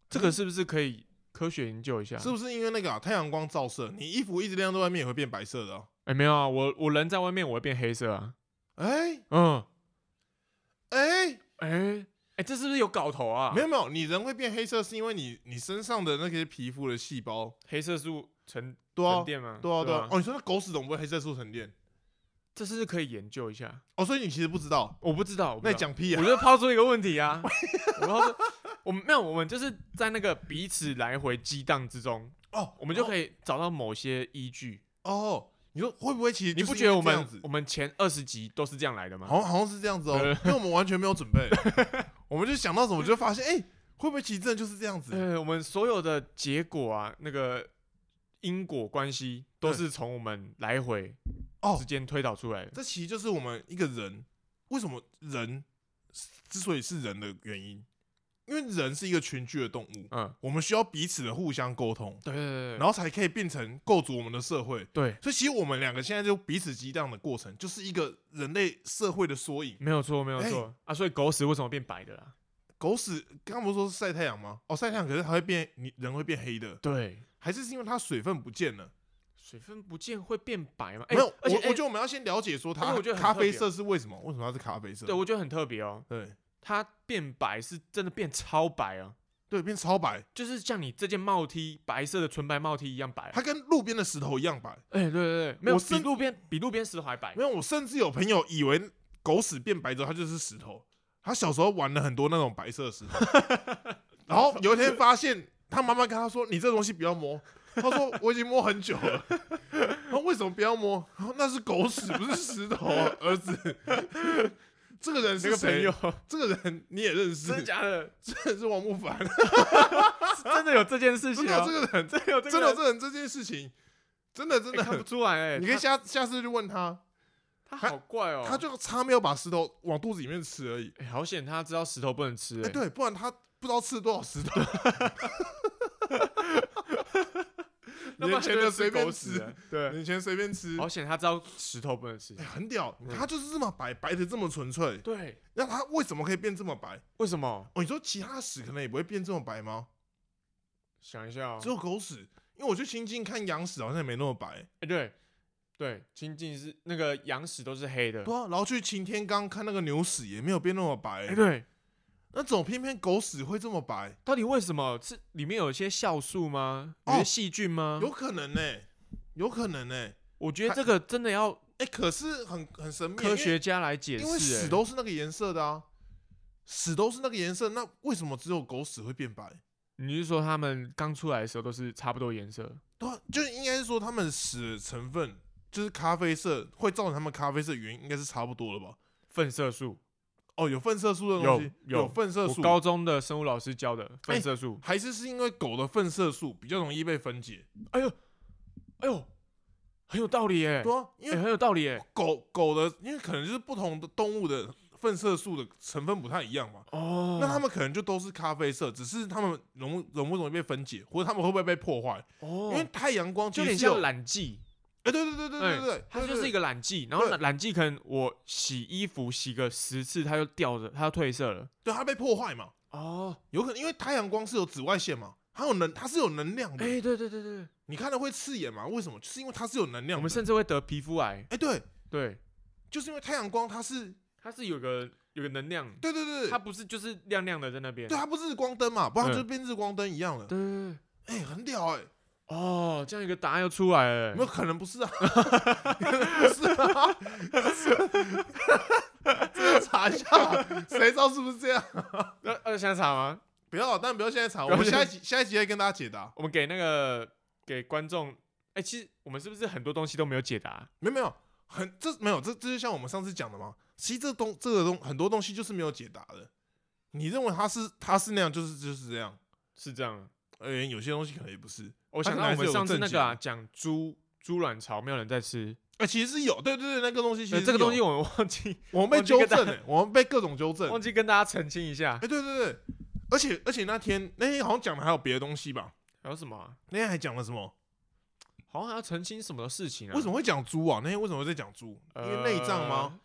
Speaker 2: 这个是不是可以科学研究一下？
Speaker 1: 嗯是不是因为那个啊、太阳光照射，你衣服一直晾在外面也会变白色的、啊？
Speaker 2: 哎、没有啊，我我人在外面我会变黑色啊。
Speaker 1: 哎、
Speaker 2: 嗯，
Speaker 1: 哎、
Speaker 2: 哎、哎、这是不是有搞头啊？
Speaker 1: 没有没有，你人会变黑色是因为你你身上的那些皮肤的细胞，
Speaker 2: 黑色素沉
Speaker 1: 对啊
Speaker 2: 沉，淀吗？
Speaker 1: 对啊对
Speaker 2: 对
Speaker 1: 啊。哦，你说那狗屎怎么会黑色素沉淀？
Speaker 2: 这是不是可以研究一下？
Speaker 1: 哦，所以你其实不知道，
Speaker 2: 我不知道，我不
Speaker 1: 那你
Speaker 2: 知道
Speaker 1: 讲屁啊
Speaker 2: 我！就抛出一个问题 啊，我抛出，我们没有，我们就是在那个彼此来回激荡之中，
Speaker 1: 哦，
Speaker 2: 我们就
Speaker 1: 以
Speaker 2: 可以找到某些依据。
Speaker 1: 哦。你说会不会其实
Speaker 2: 你
Speaker 1: 就是
Speaker 2: 不
Speaker 1: 因
Speaker 2: 觉得
Speaker 1: 为
Speaker 2: 我
Speaker 1: 这样
Speaker 2: 们
Speaker 1: 子
Speaker 2: 我们前二十集都是这样来的吗？
Speaker 1: 好像好像是这样子哦
Speaker 2: 对，
Speaker 1: 因为我们完全没有准 备，我们就想到什么就发现，哎，会不会其实真的就是这样子？
Speaker 2: 呃，我们所有的结果啊，那个因果关系都
Speaker 1: 对
Speaker 2: 是从我们来回
Speaker 1: 哦
Speaker 2: 之间推导出来的。
Speaker 1: 这其实就是我们一个人为什么人之所以是人的原因，因为人是一个群居的动物，
Speaker 2: 嗯，
Speaker 1: 我们需要彼此的互相沟通，
Speaker 2: 对对对，
Speaker 1: 然后才可以变成构筑我们的社会。
Speaker 2: 对，
Speaker 1: 所以其实我们两个现在就彼此激荡的过程，就是一个人类社会的缩影。
Speaker 2: 没有错，没有
Speaker 1: 哎
Speaker 2: 错啊。所以狗屎为什么变白的啊啦？
Speaker 1: 狗屎，刚刚不是说是晒太阳吗？哦，晒太阳可是它会变，你人会变黑的，
Speaker 2: 对，
Speaker 1: 还是是因为它水分不见了？
Speaker 2: 水分不见会变白吗？哎
Speaker 1: 没有，
Speaker 2: 而且
Speaker 1: 我
Speaker 2: 哎
Speaker 1: 我觉得我们要先了解说
Speaker 2: 而
Speaker 1: 它
Speaker 2: 且我觉得很
Speaker 1: 咖
Speaker 2: 特别
Speaker 1: 啡色是为什么？为什么它是咖啡色？
Speaker 2: 对，我觉得很特别哦。
Speaker 1: 对
Speaker 2: 它变白是真的变超白啊，
Speaker 1: 对，变超白，
Speaker 2: 就是像你这件帽 T 白色的纯白帽 T 一样白、啊
Speaker 1: 它。跟路边的石头一样白。
Speaker 2: 哎、对对对，没有
Speaker 1: 我
Speaker 2: 比
Speaker 1: 甚
Speaker 2: 路边比路边石头还白
Speaker 1: 没。有，我甚至有朋友以为狗屎变白之后它就是石头，他小时候玩了很多那种白色的石 头，然后有一天发现他妈妈跟他说：“你这东西不要摸。”他说：“我已经摸很久了。” 他为什么不要摸？他说那是狗屎，不是石头、啊，儿子。这个人
Speaker 2: 那
Speaker 1: 是
Speaker 2: 个朋
Speaker 1: 谁
Speaker 2: 友？，
Speaker 1: 这个人你也认识？
Speaker 2: 真的假的？
Speaker 1: 这个人是王木凡，
Speaker 2: 是真的有这件
Speaker 1: 真
Speaker 2: 事情、
Speaker 1: 的有
Speaker 2: 啊？
Speaker 1: 这个人，
Speaker 2: 真 的有这
Speaker 1: 真的
Speaker 2: 个
Speaker 1: 有
Speaker 2: 人，
Speaker 1: 这个人这件事情，真的真
Speaker 2: 哎看不
Speaker 1: 的，
Speaker 2: 出来哎、
Speaker 1: 你可以
Speaker 2: 他
Speaker 1: 下下次去问他，
Speaker 2: 他好怪哦、
Speaker 1: 他就差没有把石头往肚子里面吃而已。
Speaker 2: 哎、好险，他知道石头不能吃、
Speaker 1: 哎、
Speaker 2: 哎、
Speaker 1: 对，不然他不知道吃了多少石 头。
Speaker 2: 那么
Speaker 1: 年前的随便
Speaker 2: 死
Speaker 1: 吃，啊
Speaker 2: 了，啊对，
Speaker 1: 年前随便吃，
Speaker 2: 好险他知道石头不能吃
Speaker 1: 哎、。很屌
Speaker 2: 嗯。
Speaker 1: 他就是这么白，白的这么纯粹。
Speaker 2: 对，
Speaker 1: 那他为什么可以变这么白？
Speaker 2: 为什么？
Speaker 1: 哦，你说其他屎可能也不会变这么白吗？
Speaker 2: 想一下、哦
Speaker 1: 只，有狗屎，因为我去亲近看羊屎好像也没那么白。
Speaker 2: 哎、对对，亲近是那个羊屎都是黑的，
Speaker 1: 对啊，然后去擎天岗看那个牛屎也没有变那么白。
Speaker 2: 哎、对，
Speaker 1: 那种偏偏狗屎会这么白，
Speaker 2: 到底为什么？是里面有一些酵素吗？有
Speaker 1: 哦
Speaker 2: 一些细菌吗？
Speaker 1: 有可能呢、有可能呢、
Speaker 2: 我觉得
Speaker 1: 它
Speaker 2: 这个真的要
Speaker 1: 哎、可是很很神秘，
Speaker 2: 科学家来解
Speaker 1: 因为
Speaker 2: 释、
Speaker 1: 因为
Speaker 2: 哎
Speaker 1: 屎都是那个颜色的啊，屎都是那个颜色，那为什么只有狗屎会变白？
Speaker 2: 你是说他们刚出来的时候都是差不多颜色？
Speaker 1: 对、啊，就应该是说它们屎的成分就是咖啡色，会造成它们咖啡色的原因应该是差不多了吧？
Speaker 2: 粪色素，
Speaker 1: 哦，有粪色素的东西，
Speaker 2: 有有
Speaker 1: 粪色
Speaker 2: 我
Speaker 1: 素，
Speaker 2: 高中的生物老师教的粪色素。
Speaker 1: 还是是因为狗的粪色素比较容易被分解？
Speaker 2: 哎呦，哎呦，很有道理耶、
Speaker 1: 哦对啊，因
Speaker 2: 哎
Speaker 1: 为
Speaker 2: 很有道理耶、
Speaker 1: 狗狗的，因为可能就是不同的动物的粪色素的成分不太一样嘛。
Speaker 2: 哦，
Speaker 1: 那它们可能就都是咖啡色，只是它们容容不容易被分解，或者它们会不会被破坏？
Speaker 2: 哦，
Speaker 1: 因为太阳光
Speaker 2: 就
Speaker 1: 其
Speaker 2: 有
Speaker 1: 实
Speaker 2: 点
Speaker 1: 是有
Speaker 2: 像，染剂，
Speaker 1: 哎，对对对对对对对，
Speaker 2: 它
Speaker 1: 对
Speaker 2: 就是
Speaker 1: 对
Speaker 2: 一个染剂，然后
Speaker 1: 对
Speaker 2: 染剂可能我洗衣服洗个十次，它就掉着，它就褪色了。
Speaker 1: 对它被破坏嘛，
Speaker 2: 哦，
Speaker 1: 有可能因为太阳光是有紫外线嘛，它有能它是有能量的，
Speaker 2: 哎、对对对对，
Speaker 1: 你看了会刺眼嘛？为什么？就是因为它是有能
Speaker 2: 我
Speaker 1: 量
Speaker 2: 们
Speaker 1: 的。
Speaker 2: 甚至会得皮肤癌，
Speaker 1: 哎，对，
Speaker 2: 对，
Speaker 1: 就是因为太阳光它是，
Speaker 2: 它是有个有个能量，
Speaker 1: 对对对
Speaker 2: 它
Speaker 1: 对，
Speaker 2: 不是就是亮亮的在那边。
Speaker 1: 对它啊不是日光灯嘛，不然它
Speaker 2: 嗯
Speaker 1: 就变日光灯一样了。
Speaker 2: 对对对，
Speaker 1: 哎，很屌哎，
Speaker 2: 哦，这样一个答案又出来了、
Speaker 1: 有没有可能不是啊？ 不是啊，这个查一下， 谁知道是不是这样？
Speaker 2: 要要现在查吗？
Speaker 1: 不要，但不要现在查，
Speaker 2: 不
Speaker 1: 我
Speaker 2: 要
Speaker 1: 们
Speaker 2: 现
Speaker 1: 下
Speaker 2: 在
Speaker 1: 一集下一集再跟大家解答。
Speaker 2: 我们给那个给观众，哎、其实我们是不是很多东西都没有解答？
Speaker 1: 没有没有，很这没有这这就像我们上次讲的嘛，其实这东这个东很多东西就是没有解答的。你认为它是它是那样，就是就是这样。
Speaker 2: 是这样。
Speaker 1: 哎、有些东西可能也不是。
Speaker 2: 我
Speaker 1: 它
Speaker 2: 想
Speaker 1: 可
Speaker 2: 到我
Speaker 1: 能还是
Speaker 2: 们
Speaker 1: 有
Speaker 2: 上次
Speaker 1: 证
Speaker 2: 那
Speaker 1: 件
Speaker 2: 个啊，讲猪猪卵巢没有人在吃，
Speaker 1: 哎、其实是有，对对对，那个东西其
Speaker 2: 呃
Speaker 1: 实、
Speaker 2: 这个东西，我们忘记
Speaker 1: 我们被
Speaker 2: 忘记
Speaker 1: 纠
Speaker 2: 跟大
Speaker 1: 正、欸，我们被各种纠正。
Speaker 2: 忘
Speaker 1: 哎、
Speaker 2: 记跟大家澄清一下，
Speaker 1: 对对对，而且而且那天那天好像讲的还有别的东西吧？
Speaker 2: 还有什么啊、
Speaker 1: 那天还讲了什么？
Speaker 2: 好像还要澄清什么事情啊？
Speaker 1: 为什么会讲猪啊？那天为什么会在讲猪？因为内脏吗？
Speaker 2: 呃？
Speaker 1: 我们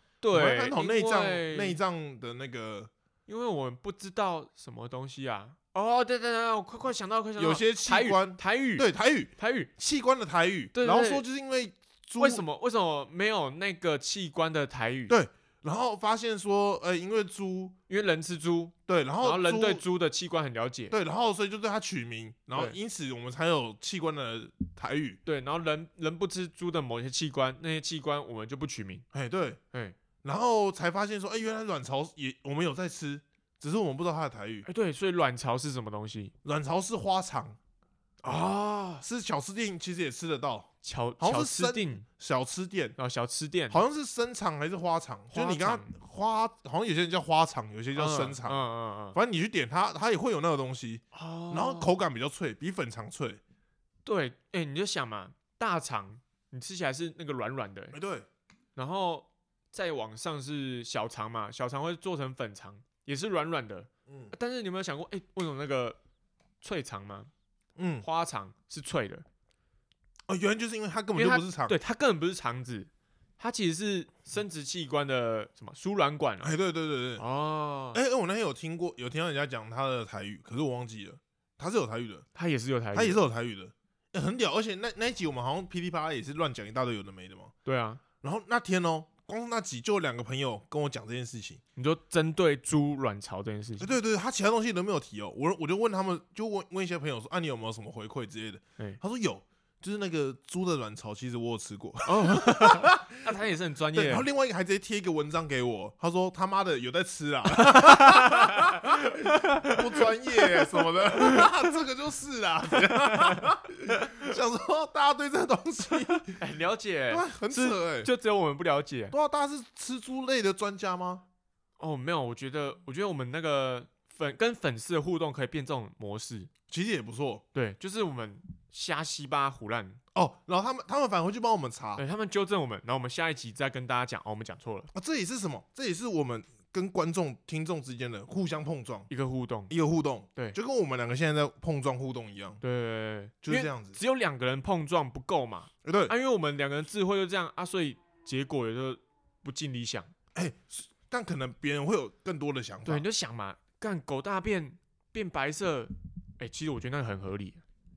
Speaker 2: 对，
Speaker 1: 要探讨内脏内
Speaker 2: 脏，
Speaker 1: 脏的那个
Speaker 2: 因为我们不知道什么东西啊。哦，对对对，我快快想到，快想到，
Speaker 1: 有些
Speaker 2: 台
Speaker 1: 器
Speaker 2: 语，
Speaker 1: 官，
Speaker 2: 台语，
Speaker 1: 对台语
Speaker 2: 台语，
Speaker 1: 器官的台语，
Speaker 2: 对对
Speaker 1: 然后
Speaker 2: 对
Speaker 1: 说就是因为猪
Speaker 2: 为什么为什么没有那个器官的台语？
Speaker 1: 对然后发现说，呃，因为猪，
Speaker 2: 因为人吃猪，
Speaker 1: 对，然
Speaker 2: 然后
Speaker 1: 后
Speaker 2: 人
Speaker 1: 猪
Speaker 2: 对猪的器官很了解，
Speaker 1: 对，然后所以就对它取名，然后
Speaker 2: 对
Speaker 1: 因此我们才有器官的台语，
Speaker 2: 对，然后人人不吃猪的某些器官，那些器官我们就不取名，
Speaker 1: 哎，对，
Speaker 2: 哎
Speaker 1: 然后才发现说，哎，原来卵巢也我们有在吃，只是我们不知道它的台语，
Speaker 2: 哎对，所以卵巢是什么东西
Speaker 1: 卵巢是花肠，
Speaker 2: 啊？
Speaker 1: 是小吃店其实也吃得到，
Speaker 2: 小
Speaker 1: 哦好像
Speaker 2: 小
Speaker 1: 是
Speaker 2: 吃
Speaker 1: 生
Speaker 2: 店
Speaker 1: 小吃店
Speaker 2: 啊，小吃店，
Speaker 1: 好像是生肠还是花肠，就是你刚
Speaker 2: 花
Speaker 1: 刚花，好像有些人叫花肠，有些叫生
Speaker 2: 嗯
Speaker 1: 肠，
Speaker 2: 嗯嗯嗯
Speaker 1: 反正你去点它，它也会有那个东西，
Speaker 2: 哦
Speaker 1: 然后口感比较脆，比粉肠脆，
Speaker 2: 对，哎、你就想嘛，大肠你吃起来是那个软软的、
Speaker 1: 哎，对。
Speaker 2: 然后再往上是小肠嘛，小肠会做成粉肠，也是软软的。
Speaker 1: 嗯
Speaker 2: 但是你有没有想过，哎、为什么那个脆肠嘛，
Speaker 1: 嗯，
Speaker 2: 花肠是脆的？
Speaker 1: 哦，原来就是因为它根
Speaker 2: 因
Speaker 1: 本就
Speaker 2: 为它
Speaker 1: 不是肠。
Speaker 2: 对，它根本不是肠子，它其实是生殖器官的什么输卵管啊。
Speaker 1: 哎，对对对对，
Speaker 2: 哦，
Speaker 1: 哎、哎我那天有听过，有听到人家讲他的台语，可是我忘记了，他是有台语的，
Speaker 2: 它也是有台语的，
Speaker 1: 他也是有台语的，哎、很屌。而且那那一集我们好像噼里啪啦也是乱讲一大堆有的没的嘛。
Speaker 2: 对啊，
Speaker 1: 然后那天哦，光是那集就有两个朋友跟我讲这件事情。
Speaker 2: 你说针对猪卵巢这件事
Speaker 1: 哎，
Speaker 2: 情，
Speaker 1: 对对，他其他东西都没有提哦。我我就问他们，就问问一些朋友说，啊，你有没有什么回馈之类的？
Speaker 2: 哎
Speaker 1: 他说有，就是那个猪的卵巢，其实我有吃过。
Speaker 2: 哦， 那他也是很专
Speaker 1: 对，
Speaker 2: 业
Speaker 1: 然后，另外一个还直接贴一个文章给我，他说他妈的有在吃啊， 不专业什么的，这个就是啦。 想说大家对这个东西，
Speaker 2: 哎了解
Speaker 1: 对，啊，很
Speaker 2: 是
Speaker 1: 扯哎、欸，
Speaker 2: 就只有我们不了解。
Speaker 1: 对啊，大家是吃猪类的专家吗？
Speaker 2: 哦，没有，我觉得，我觉得我们那个粉跟粉丝的互动可以变这种模式，
Speaker 1: 其实也不错
Speaker 2: 对，就是我们瞎稀巴胡乱，
Speaker 1: 哦。然后他们他们返回去帮我们查，
Speaker 2: 对他们纠正我们，然后我们下一集再跟大家讲，哦，我们讲错了，
Speaker 1: 啊，这也是什么？这也是我们跟观众、听众之间的互相碰撞，
Speaker 2: 一个互动，
Speaker 1: 一个互动，
Speaker 2: 对
Speaker 1: 就跟我们两个现在在碰撞互动一样，
Speaker 2: 对对，对
Speaker 1: 就是这，
Speaker 2: 对因为
Speaker 1: 样子。
Speaker 2: 只有两个人碰撞不够嘛，
Speaker 1: 哎，对，
Speaker 2: 啊，因为我们两个人智慧就这样啊，所以结果也就不尽理想。
Speaker 1: 哎，但可能别人会有更多的想
Speaker 2: 对，
Speaker 1: 法
Speaker 2: 你。就想嘛，干狗大便变白色，哎、其实我觉得那个很合理，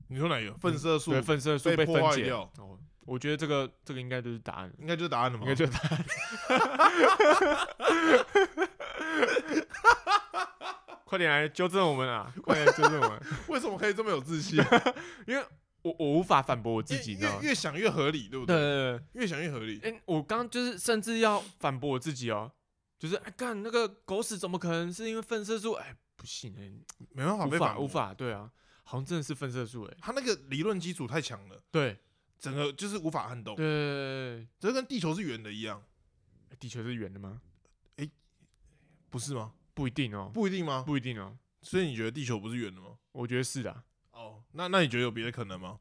Speaker 1: 你说哪一个？粪色素
Speaker 2: 嗯对，粪色素
Speaker 1: 被
Speaker 2: 被
Speaker 1: 破
Speaker 2: 分
Speaker 1: 坏
Speaker 2: 解
Speaker 1: 掉
Speaker 2: 哦，我觉得这个这个应该就是答案了，
Speaker 1: 应该就是答案了
Speaker 2: 应
Speaker 1: 嘛
Speaker 2: 该？就是答案。 快点来纠正我们啊！ 快点来纠正我们，
Speaker 1: 为什么可以这么有自信？
Speaker 2: 因为我我无法反驳 我自己，
Speaker 1: 越
Speaker 2: 你知道
Speaker 1: 越
Speaker 2: 吗？
Speaker 1: 越想越合理，对不
Speaker 2: 对
Speaker 1: 对？
Speaker 2: 对对，
Speaker 1: 越想越合理。
Speaker 2: 哎、我刚刚就是甚至要反驳我自己哦，就是哎干、那个狗屎怎么可能是因为粪色素？哎、不行哎、
Speaker 1: 没办法，
Speaker 2: 无
Speaker 1: 被
Speaker 2: 法
Speaker 1: 反
Speaker 2: 无
Speaker 1: 驳。
Speaker 2: 法，对啊，好像真的是粪色素哎、
Speaker 1: 他那个理论基础太强了，
Speaker 2: 对
Speaker 1: 整个就是无法撼动
Speaker 2: 对，对
Speaker 1: 这跟地球是圆的一样，
Speaker 2: 对，地球是圆的吗？
Speaker 1: 不是吗？
Speaker 2: 不一定哦，
Speaker 1: 不一定吗？
Speaker 2: 不一定哦，
Speaker 1: 所以你觉得地球不是圆的吗？
Speaker 2: 我觉得是的啊、
Speaker 1: 哦，那那你觉得有别的可能吗？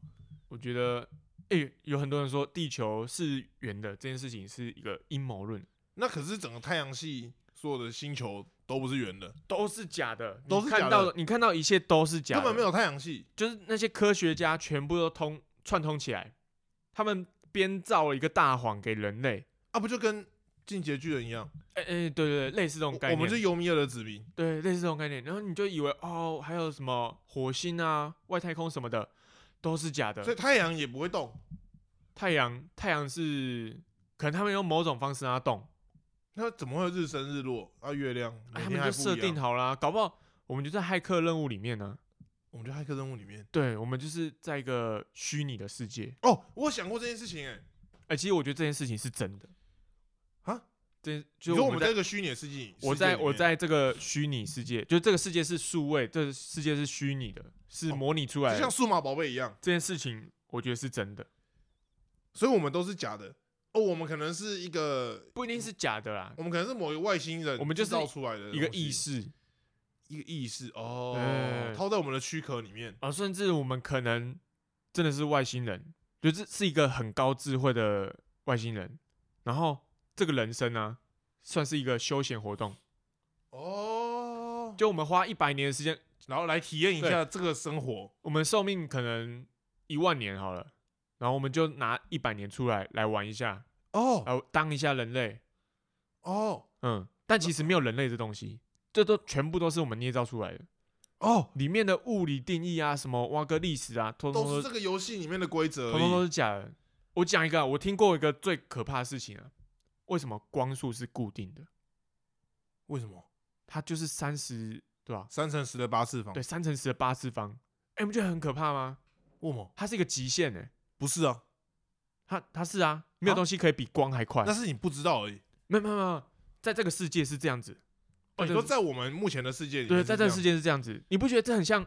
Speaker 2: 我觉得哎、有很多人说地球是圆的这件事情是一个阴谋论，
Speaker 1: 那可是整个太阳系所有的星球都不是圆的，
Speaker 2: 都是假的，
Speaker 1: 都
Speaker 2: 你
Speaker 1: 是
Speaker 2: 看
Speaker 1: 假
Speaker 2: 到
Speaker 1: 的
Speaker 2: 你看到一切都是假的，
Speaker 1: 根本没有太阳系。
Speaker 2: 就是那些科学家全部都通串通起来，他们编造了一个大谎给人类。
Speaker 1: 啊，不就跟进阶巨人一样？
Speaker 2: 哎、哎、对对对，类似这种
Speaker 1: 我
Speaker 2: 概
Speaker 1: 我
Speaker 2: 念，
Speaker 1: 们是尤米尔的子民，
Speaker 2: 对类似这种概念。然后你就以为哦，还有什么火星啊、外太空什么的，都是假
Speaker 1: 所
Speaker 2: 的。
Speaker 1: 以太阳也不会动。
Speaker 2: 太阳太阳是可能他们用某种方式让它动，
Speaker 1: 那怎么会日升日落啊？月亮
Speaker 2: 哎
Speaker 1: 每
Speaker 2: 他
Speaker 1: 天
Speaker 2: 们
Speaker 1: 还
Speaker 2: 就
Speaker 1: 不
Speaker 2: 设
Speaker 1: 一
Speaker 2: 定
Speaker 1: 样
Speaker 2: 好啦，搞不好我们就在骇客任务里面呢、
Speaker 1: 我们就骇客任务里面
Speaker 2: 对，我们就是在一个虚拟的世界。
Speaker 1: 哦，我有想过这件事情哎、
Speaker 2: 哎、其实我觉得这件事情是真的
Speaker 1: 啊，
Speaker 2: 这
Speaker 1: 就你说
Speaker 2: 就是我
Speaker 1: 我们
Speaker 2: 们在
Speaker 1: 在一个虚拟的世界，
Speaker 2: 我
Speaker 1: 世界
Speaker 2: 在
Speaker 1: 里
Speaker 2: 我
Speaker 1: 面
Speaker 2: 在这个虚拟世界，就是这个世界是数位，这个世界是虚拟的，是
Speaker 1: 哦
Speaker 2: 模拟出来
Speaker 1: 就
Speaker 2: 的。
Speaker 1: 像数码宝贝一样，
Speaker 2: 这件事情，我觉得是真的，
Speaker 1: 所以我们都是假的哦。我们可能是一个，
Speaker 2: 不一定是假的啦
Speaker 1: 我。们可能是某一个外星人
Speaker 2: 我们就是
Speaker 1: 制造出来的
Speaker 2: 一个
Speaker 1: 东西
Speaker 2: 意，识
Speaker 1: 一个意识哦
Speaker 2: 对，
Speaker 1: 套在我们的躯壳里面。
Speaker 2: 啊，甚至我们可能真的是外星人，就是是一个很高智慧的外星人。然后这个人生呢、算是一个休闲活动，
Speaker 1: 哦，
Speaker 2: 就我们花一百年的时间，
Speaker 1: 然后来体验一
Speaker 2: 对
Speaker 1: 下这个生活。
Speaker 2: 我们寿命可能一万年好了，然后我们就拿一百年出来来玩一下，
Speaker 1: 哦
Speaker 2: 来当一下人类。
Speaker 1: 哦
Speaker 2: 嗯，但其实没有人类这东西，这都全部都是我们捏造出来的，
Speaker 1: 哦，
Speaker 2: 里面的物理定义啊，什么挖个历史啊，通通
Speaker 1: 都
Speaker 2: 都
Speaker 1: 是这个游戏里面的规则而
Speaker 2: 通通都
Speaker 1: 已。
Speaker 2: 是假的。我讲一个啊，我听过一个最可怕的事情啊，为什么光速是固定的？
Speaker 1: 为什么
Speaker 2: 它就是三十，对吧？
Speaker 1: 三乘十的八次方？
Speaker 2: 对，，三乘十的八次方，哎、你不觉得很可怕吗？
Speaker 1: 为什么？
Speaker 2: 它是一个极限哎、
Speaker 1: 不是啊，
Speaker 2: 它它是啊，没有
Speaker 1: 啊
Speaker 2: 东西可以比光还快。
Speaker 1: 那是你不知道而已。
Speaker 2: 没有没有没有，在这个世界是这样子，
Speaker 1: 哦，
Speaker 2: 在
Speaker 1: 你
Speaker 2: 这
Speaker 1: 说
Speaker 2: 个
Speaker 1: 在我们目前的世界里面
Speaker 2: 对，
Speaker 1: 是
Speaker 2: 在
Speaker 1: 这
Speaker 2: 这
Speaker 1: 样，
Speaker 2: 个世界是这样子，你不觉得这很像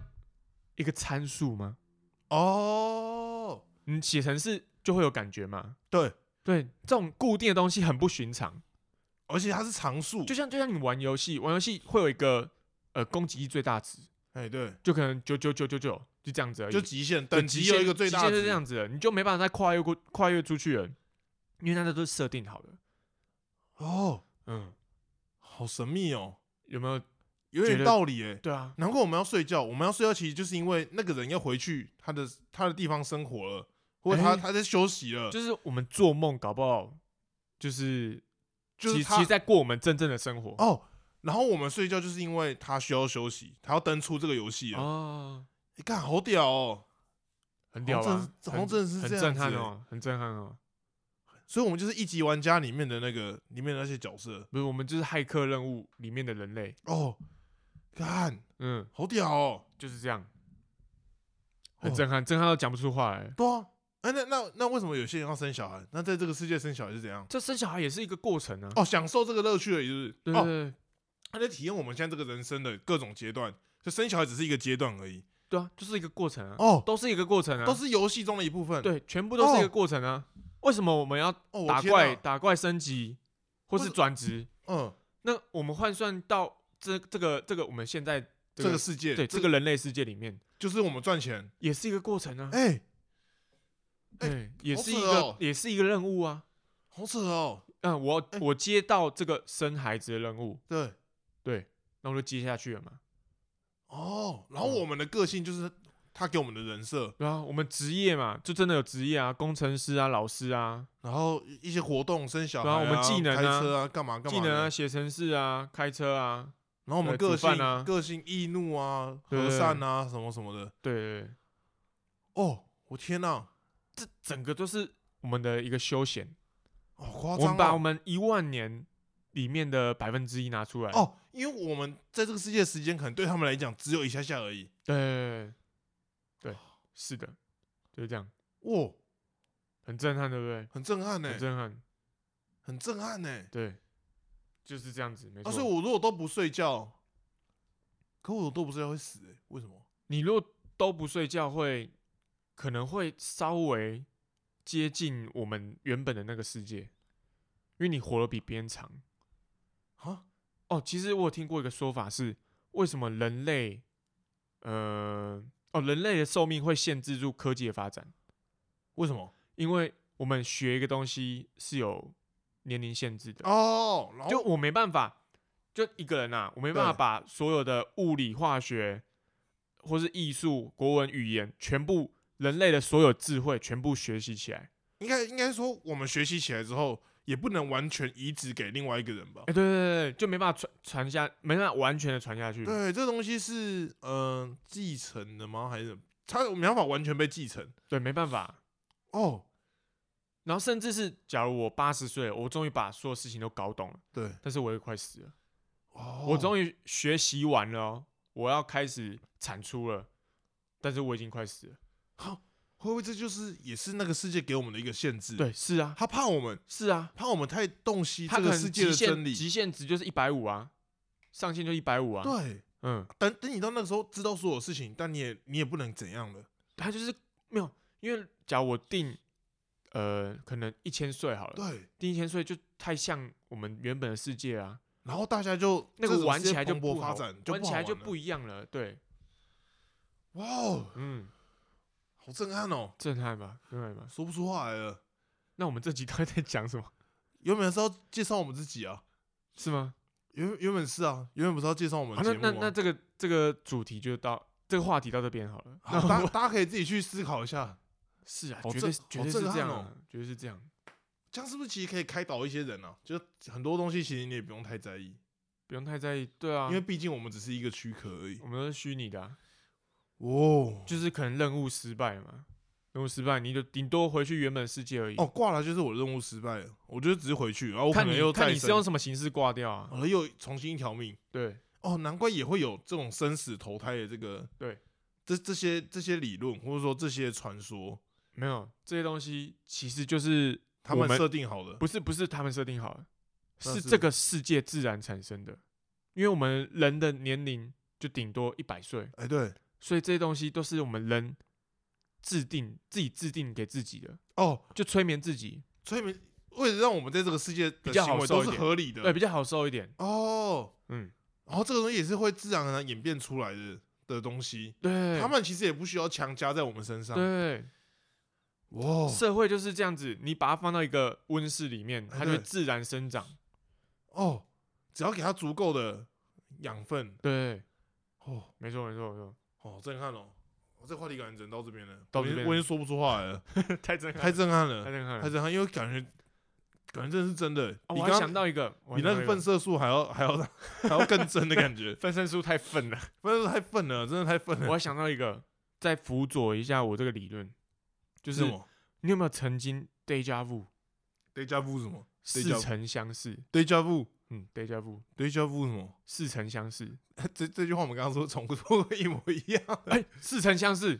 Speaker 2: 一个参数吗？
Speaker 1: 哦，
Speaker 2: 你写程式就会有感觉嘛。
Speaker 1: 对，
Speaker 2: 对，这种固定的东西很不寻常，
Speaker 1: 而且它是常数
Speaker 2: 就，像就像你玩游戏，玩游戏会有一个呃攻击力最大值，
Speaker 1: 哎，对，
Speaker 2: 就可能九九九九九就这样子而已，
Speaker 1: 就极限
Speaker 2: 对
Speaker 1: 等
Speaker 2: 极
Speaker 1: 级
Speaker 2: 限
Speaker 1: 有一个最
Speaker 2: 极
Speaker 1: 大
Speaker 2: 限
Speaker 1: 值
Speaker 2: 是这，样子的，你就没办法再跨越过跨越出去了，因为那都是设定好的。
Speaker 1: 哦，
Speaker 2: 嗯，
Speaker 1: 好神秘哦，
Speaker 2: 有没有？
Speaker 1: 有
Speaker 2: 觉
Speaker 1: 点
Speaker 2: 得
Speaker 1: 道理哎。
Speaker 2: 对啊，
Speaker 1: 难怪我们要睡觉，我们要睡觉其实就是因为那个人要回去他的他的地方生活了，或者他
Speaker 2: 哎
Speaker 1: 他在休息了，
Speaker 2: 就是我们做梦搞不好就是
Speaker 1: 就是
Speaker 2: 其
Speaker 1: 他
Speaker 2: 其实在过我们真正的生活
Speaker 1: 哦，然后我们睡觉就是因为他需要休息，他要登出这个游戏了。
Speaker 2: 哦，
Speaker 1: 你看、好屌哦！
Speaker 2: 很屌吧？
Speaker 1: 好像真的是好像真的是
Speaker 2: 很
Speaker 1: 这
Speaker 2: 很
Speaker 1: 样
Speaker 2: 震
Speaker 1: 子
Speaker 2: 撼
Speaker 1: 欸
Speaker 2: 哦，很震撼哦。
Speaker 1: 所以我们就是一级玩家里面的那个里面的那些角色
Speaker 2: 不是我们就是骇客任务里面的人类，
Speaker 1: 哦，看
Speaker 2: 嗯，
Speaker 1: 好屌哦，
Speaker 2: 就是这样，很
Speaker 1: 哦
Speaker 2: 震撼，震撼到讲不出话来。
Speaker 1: 对啊，哎、那那那为什么有些人要生小孩？那在这个世界生小孩是怎样？
Speaker 2: 这生小孩也是一个过程啊，
Speaker 1: 哦，享受这个乐趣而已，是不
Speaker 2: 对
Speaker 1: 是？
Speaker 2: 对
Speaker 1: 哦，
Speaker 2: 对，
Speaker 1: 他在体验我们现在这个人生的各种阶段，就生小孩只是一个阶段而已。
Speaker 2: 对啊，就是一个过程啊，
Speaker 1: 哦，
Speaker 2: 都是一个过程啊，
Speaker 1: 都是游戏中的一部分。，
Speaker 2: 对，全部都是一个过程啊。为什么我们要
Speaker 1: 哦，我
Speaker 2: 打
Speaker 1: 天
Speaker 2: 怪、
Speaker 1: 哪，
Speaker 2: 打怪升级，或
Speaker 1: 为
Speaker 2: 是
Speaker 1: 什
Speaker 2: 转职？
Speaker 1: 嗯，
Speaker 2: 那我们换算到这这个这个我们现在这
Speaker 1: 这个世界，
Speaker 2: 对这个人类世界里面，
Speaker 1: 就是我们赚钱。
Speaker 2: 也是一个过程啊，
Speaker 1: 哎、哎
Speaker 2: 对，也
Speaker 1: 好
Speaker 2: 是
Speaker 1: 扯
Speaker 2: 一个
Speaker 1: 哦
Speaker 2: 也是一个任务啊。
Speaker 1: 好扯哦。
Speaker 2: 嗯，我
Speaker 1: 哎
Speaker 2: 我接到这个生孩子的任务，
Speaker 1: 对，
Speaker 2: 对，那我就接下去了嘛。
Speaker 1: 哦，然后
Speaker 2: 嗯
Speaker 1: 我们的个性就是他给我们的人设，
Speaker 2: 对啊，我们职业嘛，就真的有职业啊，工程师啊，老师啊，
Speaker 1: 然后一些活动、生小孩、
Speaker 2: 对啊我们技能啊
Speaker 1: 开车啊，干嘛干嘛
Speaker 2: 技
Speaker 1: 的，
Speaker 2: 能啊，写程式啊，开车啊，
Speaker 1: 然后我们
Speaker 2: 对煮
Speaker 1: 个性、
Speaker 2: 饭啊
Speaker 1: 个性易怒啊、
Speaker 2: 对
Speaker 1: 和善啊，什么什么的。
Speaker 2: 对对对，
Speaker 1: 哦，我天哪、啊，
Speaker 2: 这整个都是我们的一个休闲。
Speaker 1: 好夸
Speaker 2: 我们
Speaker 1: 张
Speaker 2: 把我
Speaker 1: 啊！
Speaker 2: 们一万年里面的百分之一拿出来。，
Speaker 1: 哦，因为我们在这个世界的时间可能对他们来讲只有一下下而已。
Speaker 2: 对对对对，是的，就是这样，
Speaker 1: 哇、
Speaker 2: 很震撼，对不对？
Speaker 1: 哦很震撼呢、
Speaker 2: 很震撼，
Speaker 1: 很震撼呢、
Speaker 2: 对，就是这样子，没
Speaker 1: 啊，
Speaker 2: 错。
Speaker 1: 所以我如果都不睡觉，可我都不睡觉会死、欸，为什么？
Speaker 2: 你如果都不睡觉会，可能会稍微接近我们原本的那个世界，因为你活得比别人长。
Speaker 1: 啊，
Speaker 2: 哦，其实我有听过一个说法是，为什么人类，呃，哦，人类的寿命会限制住科技的发展。
Speaker 1: 为什么？
Speaker 2: 因为我们学一个东西是有年龄限制的，
Speaker 1: 哦，然后
Speaker 2: 就我没办法，就一个人啊，我没办法
Speaker 1: 对
Speaker 2: 把所有的物理、化学，或是艺术、国文、语言，全部人类的所有智慧全部学习起来。
Speaker 1: 应该应该说，我们学习起来之后，也不能完全移植给另外一个人吧
Speaker 2: 哎、？对对对对，就没办法传传下，没办法完全的传下去。
Speaker 1: 对，这东西是嗯、呃继承的吗？还是它没办法完全被继承？
Speaker 2: 对，没办法。
Speaker 1: 哦，
Speaker 2: 然后甚至是，假如我八十岁了，我终于把所有事情都搞懂了，
Speaker 1: 对，
Speaker 2: 但是我也快死了，
Speaker 1: 哦，
Speaker 2: 我终于学习完了、哦，我要开始产出了，但是我已经快死了。
Speaker 1: 会不会这就是也是那个世界给我们的一个限制？，
Speaker 2: 对，是啊，
Speaker 1: 他怕我们，
Speaker 2: 是啊，
Speaker 1: 怕我们太洞悉
Speaker 2: 他
Speaker 1: 这
Speaker 2: 可
Speaker 1: 个
Speaker 2: 能
Speaker 1: 世界
Speaker 2: 极
Speaker 1: 的
Speaker 2: 限
Speaker 1: 真理。
Speaker 2: 极限值就是一百五啊，上限就一百五啊。，
Speaker 1: 对，
Speaker 2: 嗯，
Speaker 1: 等等你到那个时候知道所有事情，但你也你也不能怎样了。
Speaker 2: 他就是没有，因为假如我定呃，可能一千岁好了，
Speaker 1: 对，啊
Speaker 2: 定一千岁就太像我们原本的世界啊，
Speaker 1: 然后大家就
Speaker 2: 那
Speaker 1: 这
Speaker 2: 个
Speaker 1: 种
Speaker 2: 玩
Speaker 1: 世界
Speaker 2: 起来就
Speaker 1: 蓬勃
Speaker 2: 不
Speaker 1: 发
Speaker 2: 好
Speaker 1: 展，，就
Speaker 2: 玩
Speaker 1: 不
Speaker 2: 起
Speaker 1: 好
Speaker 2: 来就
Speaker 1: 了
Speaker 2: 不一样了。对，
Speaker 1: 哇哦，
Speaker 2: 嗯，
Speaker 1: 好震撼哦，
Speaker 2: 震撼吧，震撼吧。
Speaker 1: 说不出话来了。那
Speaker 2: 那我们这集到底在讲什么？
Speaker 1: 原本是要介绍我们自己啊，
Speaker 2: 是吗？
Speaker 1: 原原本是啊，原本不是要介绍我们
Speaker 2: 好，
Speaker 1: 的节
Speaker 2: 那
Speaker 1: 目、啊
Speaker 2: 那那这个这个主题就到这个话题到这边好了。
Speaker 1: 好大家大家可以自己去思考一下，
Speaker 2: 是啊，
Speaker 1: 好震
Speaker 2: 绝对是绝
Speaker 1: 好
Speaker 2: 对是
Speaker 1: 震
Speaker 2: 这
Speaker 1: 撼
Speaker 2: 样
Speaker 1: 哦
Speaker 2: 啊，绝对是这样。
Speaker 1: 这样是不是其实可以开导一些人啊？就是很多东西其实你也不用太在意，
Speaker 2: 不用太在意，对啊，
Speaker 1: 因为毕竟我们只是一个躯壳而已。
Speaker 2: 我们都是虚拟的啊、
Speaker 1: 哦
Speaker 2: 就是可能任务失败嘛，任务失败你就顶多回去原本世界而已。
Speaker 1: 哦，挂了就是我任务失败了，我就只是回去，然后我可
Speaker 2: 看
Speaker 1: 能
Speaker 2: 你
Speaker 1: 又
Speaker 2: 看
Speaker 1: 再
Speaker 2: 你是
Speaker 1: 生
Speaker 2: 用，什么形式挂掉啊？
Speaker 1: 然后又重新一条命。
Speaker 2: 对，
Speaker 1: 哦，难怪也会有这种生死投胎的这个
Speaker 2: 对
Speaker 1: 这这些这些理论，或者说这些传说，
Speaker 2: 没有这些东西其实就是
Speaker 1: 他
Speaker 2: 我
Speaker 1: 们
Speaker 2: 们
Speaker 1: 设定好的。
Speaker 2: 不是不是他们设定好的，
Speaker 1: 那
Speaker 2: 是
Speaker 1: 是
Speaker 2: 这个世界自然产生的，因为我们人的年龄就顶多一百岁，
Speaker 1: 哎，对
Speaker 2: 所以这些东西都是我们人制定自己制定给自己的，
Speaker 1: 哦，
Speaker 2: 就催眠自己，
Speaker 1: 催眠为了让我们在这个世界
Speaker 2: 比
Speaker 1: 的
Speaker 2: 较好
Speaker 1: 行为
Speaker 2: 受
Speaker 1: 都
Speaker 2: 一
Speaker 1: 是
Speaker 2: 点
Speaker 1: 合理的，
Speaker 2: 对，比较好受一点。
Speaker 1: 哦，
Speaker 2: 嗯，
Speaker 1: 然后这个东西也是会自然而然演变出来的的东西，
Speaker 2: 对，
Speaker 1: 他们其实也不需要强加在我们身上。
Speaker 2: 对。
Speaker 1: 哇
Speaker 2: 社会就是这样子，你把它放到一个温室里面，
Speaker 1: 哎
Speaker 2: 它就会
Speaker 1: 对
Speaker 2: 自然生长。
Speaker 1: 哦，只要给它足够的养分，
Speaker 2: 对，
Speaker 1: 哦
Speaker 2: 没错，没错，没错，
Speaker 1: 哦，震撼哦！我这话题感觉只能到这边了，
Speaker 2: 到
Speaker 1: 我已
Speaker 2: 这
Speaker 1: 经
Speaker 2: 边
Speaker 1: 我已经说不出话来 了，
Speaker 2: 太震撼
Speaker 1: 太
Speaker 2: 了，
Speaker 1: 震撼
Speaker 2: 太
Speaker 1: 了，
Speaker 2: 震撼
Speaker 1: 太
Speaker 2: 了。
Speaker 1: 震撼，因为感觉感觉真的是真的。
Speaker 2: 哦
Speaker 1: 你
Speaker 2: 我还
Speaker 1: 刚
Speaker 2: 想到一个，我
Speaker 1: 你
Speaker 2: 还
Speaker 1: 那个
Speaker 2: 想到一
Speaker 1: 粪色素还要还要 还要更真的感 觉，
Speaker 2: 分身术太愤了，
Speaker 1: 不是太愤了，真的太愤
Speaker 2: 我
Speaker 1: 了。
Speaker 2: 还想到一个，再辅佐一下我这个理论，就是
Speaker 1: 什么？
Speaker 2: 你有没有曾经 deja vu？
Speaker 1: deja vu 什么
Speaker 2: 似曾相识，
Speaker 1: ？deja vu
Speaker 2: 嗯，deja vu，
Speaker 1: deja vu 什么？
Speaker 2: 似曾相识，
Speaker 1: 这这句话我们刚刚说重复过一模一样，
Speaker 2: 哎、似曾相识，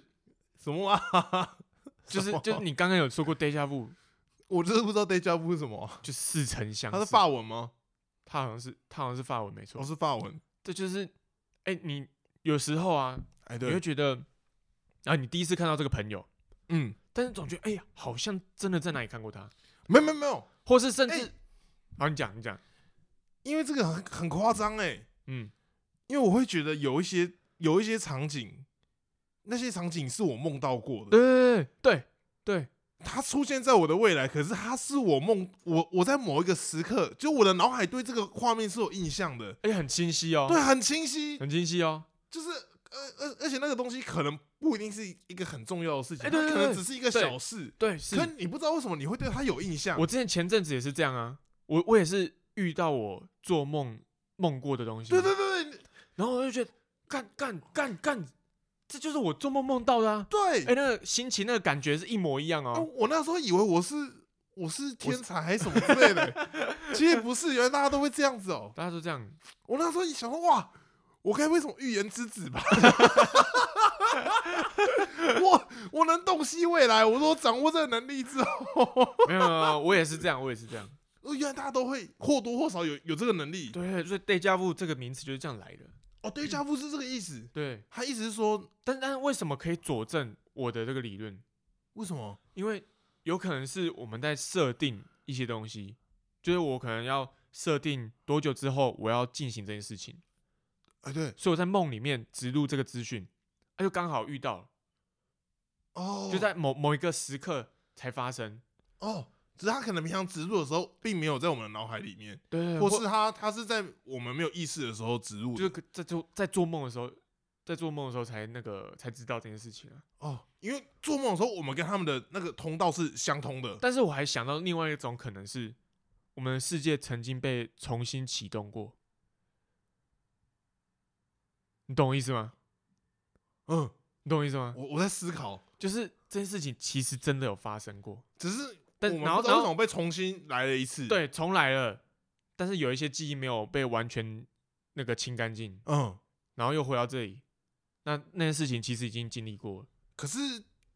Speaker 1: 什么啊？
Speaker 2: 就是
Speaker 1: 什么
Speaker 2: 就是你刚刚有说过 deja vu，
Speaker 1: 我真的不知道 deja vu 是什么啊，
Speaker 2: 就似曾相识，
Speaker 1: 它是法文吗？
Speaker 2: 他好像是他好像是法文没错，
Speaker 1: 哦，是法文。
Speaker 2: 这就是哎、你有时候啊，
Speaker 1: 哎，
Speaker 2: 你会
Speaker 1: 对，
Speaker 2: 觉得啊，你第一次看到这个朋友，
Speaker 1: 嗯，
Speaker 2: 但是总觉得哎呀，好像真的在哪里看过他，
Speaker 1: 没有没有没有，
Speaker 2: 或是甚至，
Speaker 1: 哎
Speaker 2: 好，你讲你讲，
Speaker 1: 因为这个很很夸张哎，
Speaker 2: 嗯，
Speaker 1: 因为我会觉得有一些有一些场景，那些场景是我梦到过的，
Speaker 2: 对对对
Speaker 1: 它出现在我的未来，可是它是我梦我我在某一个时刻，就我的脑海对这个画面是有印象的，
Speaker 2: 对，哎，很清晰哦，
Speaker 1: 对，啊很清晰，
Speaker 2: 很清晰哦，
Speaker 1: 就是呃而而且那个东西可能不一定是一个很重要的事情，
Speaker 2: 哎
Speaker 1: 它
Speaker 2: 对
Speaker 1: 可
Speaker 2: 对
Speaker 1: 能
Speaker 2: 对
Speaker 1: 只是一个
Speaker 2: 对
Speaker 1: 小事，
Speaker 2: 对是
Speaker 1: 可。你不知道为什么你会对它有印象，
Speaker 2: 我之前前阵子也是这样啊，我我也是遇到我做梦梦过的东西，
Speaker 1: 对对对对
Speaker 2: 然后我就觉得干干干干，这就是我做梦梦到的啊，
Speaker 1: 对
Speaker 2: 哎、，那个心情那个感觉是一模一样
Speaker 1: 啊
Speaker 2: 哦，
Speaker 1: 我那时候以为我是我是天才还是什么之类的， 其实不是，原来大家都会这样子哦、
Speaker 2: 大家都这样，
Speaker 1: 我那时候一想说，哇，我该不会什么预言之子吧？ 我我能洞悉未来，我说掌握这个能力之后，哦
Speaker 2: 没有没有没有，我也是这样，我也是这样，
Speaker 1: 原来大家都会或多或少有有这个能力。
Speaker 2: 对，所以 deja vu 这个名词就是这样来的，
Speaker 1: 哦，对，家父是这个意思，
Speaker 2: 对，
Speaker 1: 他意思是说，
Speaker 2: 但但是为什么可以佐证我的这个理论？
Speaker 1: 为什么？
Speaker 2: 因为有可能是我们在设定一些东西，就是我可能要设定多久之后我要进行这件事情。
Speaker 1: 哎、对，
Speaker 2: 所以我在梦里面植入这个资讯，他就刚好遇到了，
Speaker 1: 哦，
Speaker 2: 就在某某一个时刻才发生。
Speaker 1: 哦，只是他可能平常植入的时候，并没有在我们的脑海里面，
Speaker 2: 对
Speaker 1: 或是他他是在我们没有意识的时候植入的，
Speaker 2: 就是在做在做梦的时候，在做梦的时候才那个才知道这件事情啊。
Speaker 1: 哦，因为做梦的时候，我们跟他们的那个通道是相通的。
Speaker 2: 但是我还想到另外一种可能是，我们的世界曾经被重新启动过。你懂我意思吗？
Speaker 1: 嗯，
Speaker 2: 你懂我意思吗？
Speaker 1: 我我在思考，
Speaker 2: 就是这件事情其实真的有发生过，
Speaker 1: 只是
Speaker 2: 但
Speaker 1: 我们
Speaker 2: 然后
Speaker 1: 不知道
Speaker 2: 然
Speaker 1: 为
Speaker 2: 后
Speaker 1: 什么被重新来了一次。，
Speaker 2: 对，重来了，但是有一些记忆没有被完全那个清干净。
Speaker 1: 嗯，
Speaker 2: 然后又回到这里，那那件事情其实已经经历过了。
Speaker 1: 可是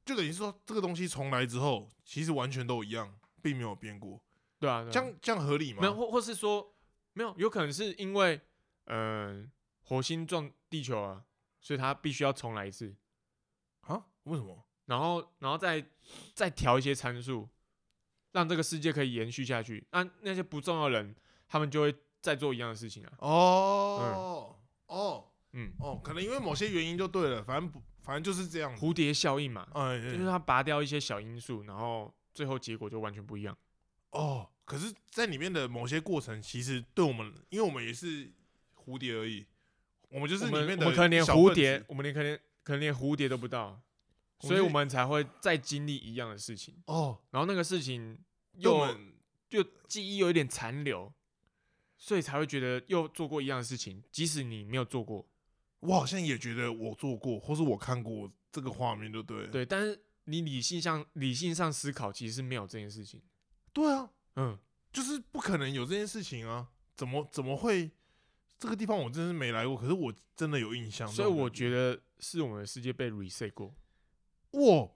Speaker 1: 就等于说这个东西重来之后，其实完全都一样，并没有变过。
Speaker 2: 对啊，对啊
Speaker 1: 这样这样合理吗
Speaker 2: 没？有，或或是说没有，有可能是因为嗯、呃火星撞地球啊，所以它必须要重来一次，
Speaker 1: 啊？为什么？
Speaker 2: 然后然后再再调一些参数，让这个世界可以延续下去。那那些不重要的人，他们就会再做一样的事情啊。
Speaker 1: 哦、哦
Speaker 2: 嗯，
Speaker 1: 哦，可能因为某些原因就对了，反正不，反正就是这样子。
Speaker 2: 蝴蝶效应嘛，
Speaker 1: 哎、
Speaker 2: 就是
Speaker 1: 哎
Speaker 2: 它拔掉一些小因素，然后最后结果就完全不一样。
Speaker 1: 哦，可是，在里面的某些过程，其实对我们，因为我们也是蝴蝶而已，我们就是
Speaker 2: 我
Speaker 1: 里
Speaker 2: 们
Speaker 1: 面
Speaker 2: 我
Speaker 1: 的
Speaker 2: 们可能连
Speaker 1: 小
Speaker 2: 蝴
Speaker 1: 分
Speaker 2: 蝶
Speaker 1: 子，
Speaker 2: 我们连可能可能连蝴蝶都不到，
Speaker 1: 我
Speaker 2: 所以
Speaker 1: 是
Speaker 2: 我们才会再经历一样的事情，
Speaker 1: 哦，
Speaker 2: 然后那个事情
Speaker 1: 对我
Speaker 2: 又
Speaker 1: 们
Speaker 2: 就记忆有一点残留，所以才会觉得又做过一样的事情，即使你没有做过，
Speaker 1: 我好像也觉得我做过，或是我看过这个画面，对不对？
Speaker 2: 对，但是你理性上理性上思考，其实是没有这件事情，
Speaker 1: 对啊，
Speaker 2: 嗯，
Speaker 1: 就是不可能有这件事情啊！怎么怎么会？这个地方我真是没来过，可是我真的有印象。
Speaker 2: 所以我觉
Speaker 1: 得
Speaker 2: 得是我们的世界被 reset 过，
Speaker 1: 哇，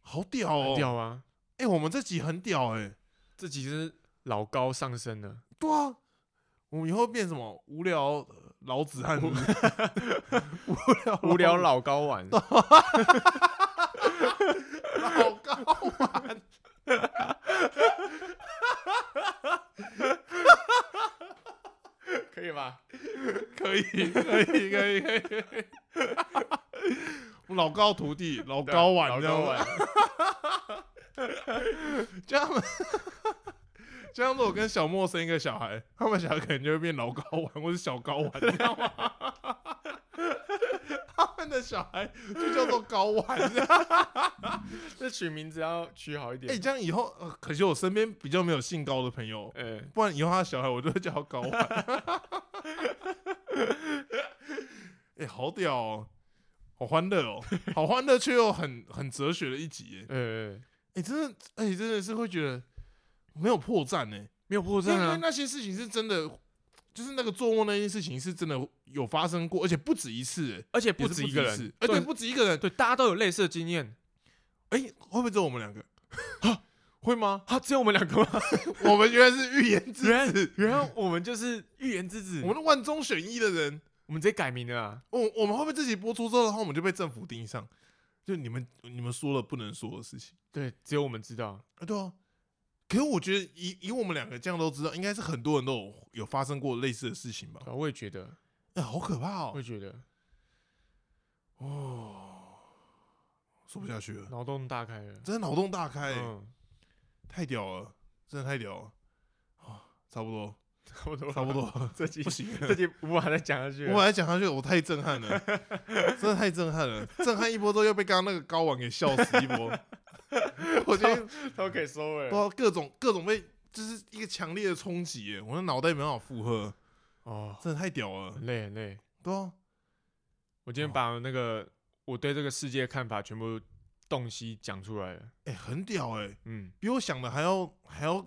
Speaker 1: 好屌
Speaker 2: 很
Speaker 1: 哦！
Speaker 2: 屌啊，
Speaker 1: 哎、我们这集很屌哎、
Speaker 2: 这其实老高上升 了，
Speaker 1: 对啊，我们以后变什么无聊呃老子汉 是不是？无聊
Speaker 2: 无聊老高玩，
Speaker 1: 老高玩。
Speaker 2: 可以 吧？
Speaker 1: 可以，可以，可以，可以。老高徒弟， 老高
Speaker 2: 啊老
Speaker 1: 玩，这
Speaker 2: 高
Speaker 1: 样
Speaker 2: 玩。
Speaker 1: 这样，这样子我跟小莫生一个小孩，他们小孩可能就会变老高玩或是小高玩，你知道吗？ 他们的小孩就叫做高玩。哎、
Speaker 2: 这取名字要取好一点。
Speaker 1: 这样以后、呃可惜我身边比较没有姓高的朋友，
Speaker 2: 呃，
Speaker 1: 不然以后他的小孩我就会叫他高玩。哎、 好屌哦！好欢乐哦，好欢乐却又很很哲学的一集耶。
Speaker 2: 呃，
Speaker 1: 哎、真的，哎、真的是会觉得，没有破绽呢、
Speaker 2: 没有破
Speaker 1: 因为
Speaker 2: 绽
Speaker 1: 因为
Speaker 2: 啊。
Speaker 1: 那些事情是真的，就是那个做梦那件事情是真的有发生过，而且不止一次、欸，
Speaker 2: 而且
Speaker 1: 也
Speaker 2: 不
Speaker 1: 是
Speaker 2: 止一个
Speaker 1: 次
Speaker 2: 人，
Speaker 1: 哎、对，
Speaker 2: 对
Speaker 1: 不止一个人，
Speaker 2: 对，大家都有类似的经验
Speaker 1: 哎、会不会只有我们两个？ 会吗？
Speaker 2: 啊，只有我们两个吗？
Speaker 1: 我们原来是预言之
Speaker 2: 原来
Speaker 1: 子，
Speaker 2: 原来我们就是预言之子，
Speaker 1: 我们都万中选一的人。
Speaker 2: 我们直接改名了啊！
Speaker 1: 我我们会不会自己播出之后，然后我们就被政府盯上？就你们你们说了不能说的事情
Speaker 2: 对，只有我们知道，
Speaker 1: 啊，对啊。可是我觉得以以我们两个这样都知道，应该是很多人都有有发生过类似的事情吧
Speaker 2: 对？啊我也觉得，
Speaker 1: 哎、好可怕哦
Speaker 2: 我也！觉得
Speaker 1: 哦，说不下去了，
Speaker 2: 脑洞大开了。
Speaker 1: 真的脑洞大开、
Speaker 2: 嗯，
Speaker 1: 太屌了，真的太屌了。啊，差不多，
Speaker 2: 差不多，
Speaker 1: 差不， 多，
Speaker 2: 这集
Speaker 1: 不行了，
Speaker 2: 这集无法再讲下去
Speaker 1: 我
Speaker 2: 了。
Speaker 1: 本来讲下去，我太震撼了，真的太震撼了，震撼一波之后又被刚刚那个高玩给笑死一 波。我今天不知
Speaker 2: 都可以收尾了。
Speaker 1: 道各种各种被，就是一个强烈的冲击耶，我的脑袋没办法负荷，
Speaker 2: 哦，
Speaker 1: 真的太屌了
Speaker 2: 很，累很累。
Speaker 1: 对啊，
Speaker 2: 我今天把那个我对这个世界的看法全部洞悉讲出来了。
Speaker 1: 哎、很屌哎，
Speaker 2: 嗯，
Speaker 1: 比我想的还要还要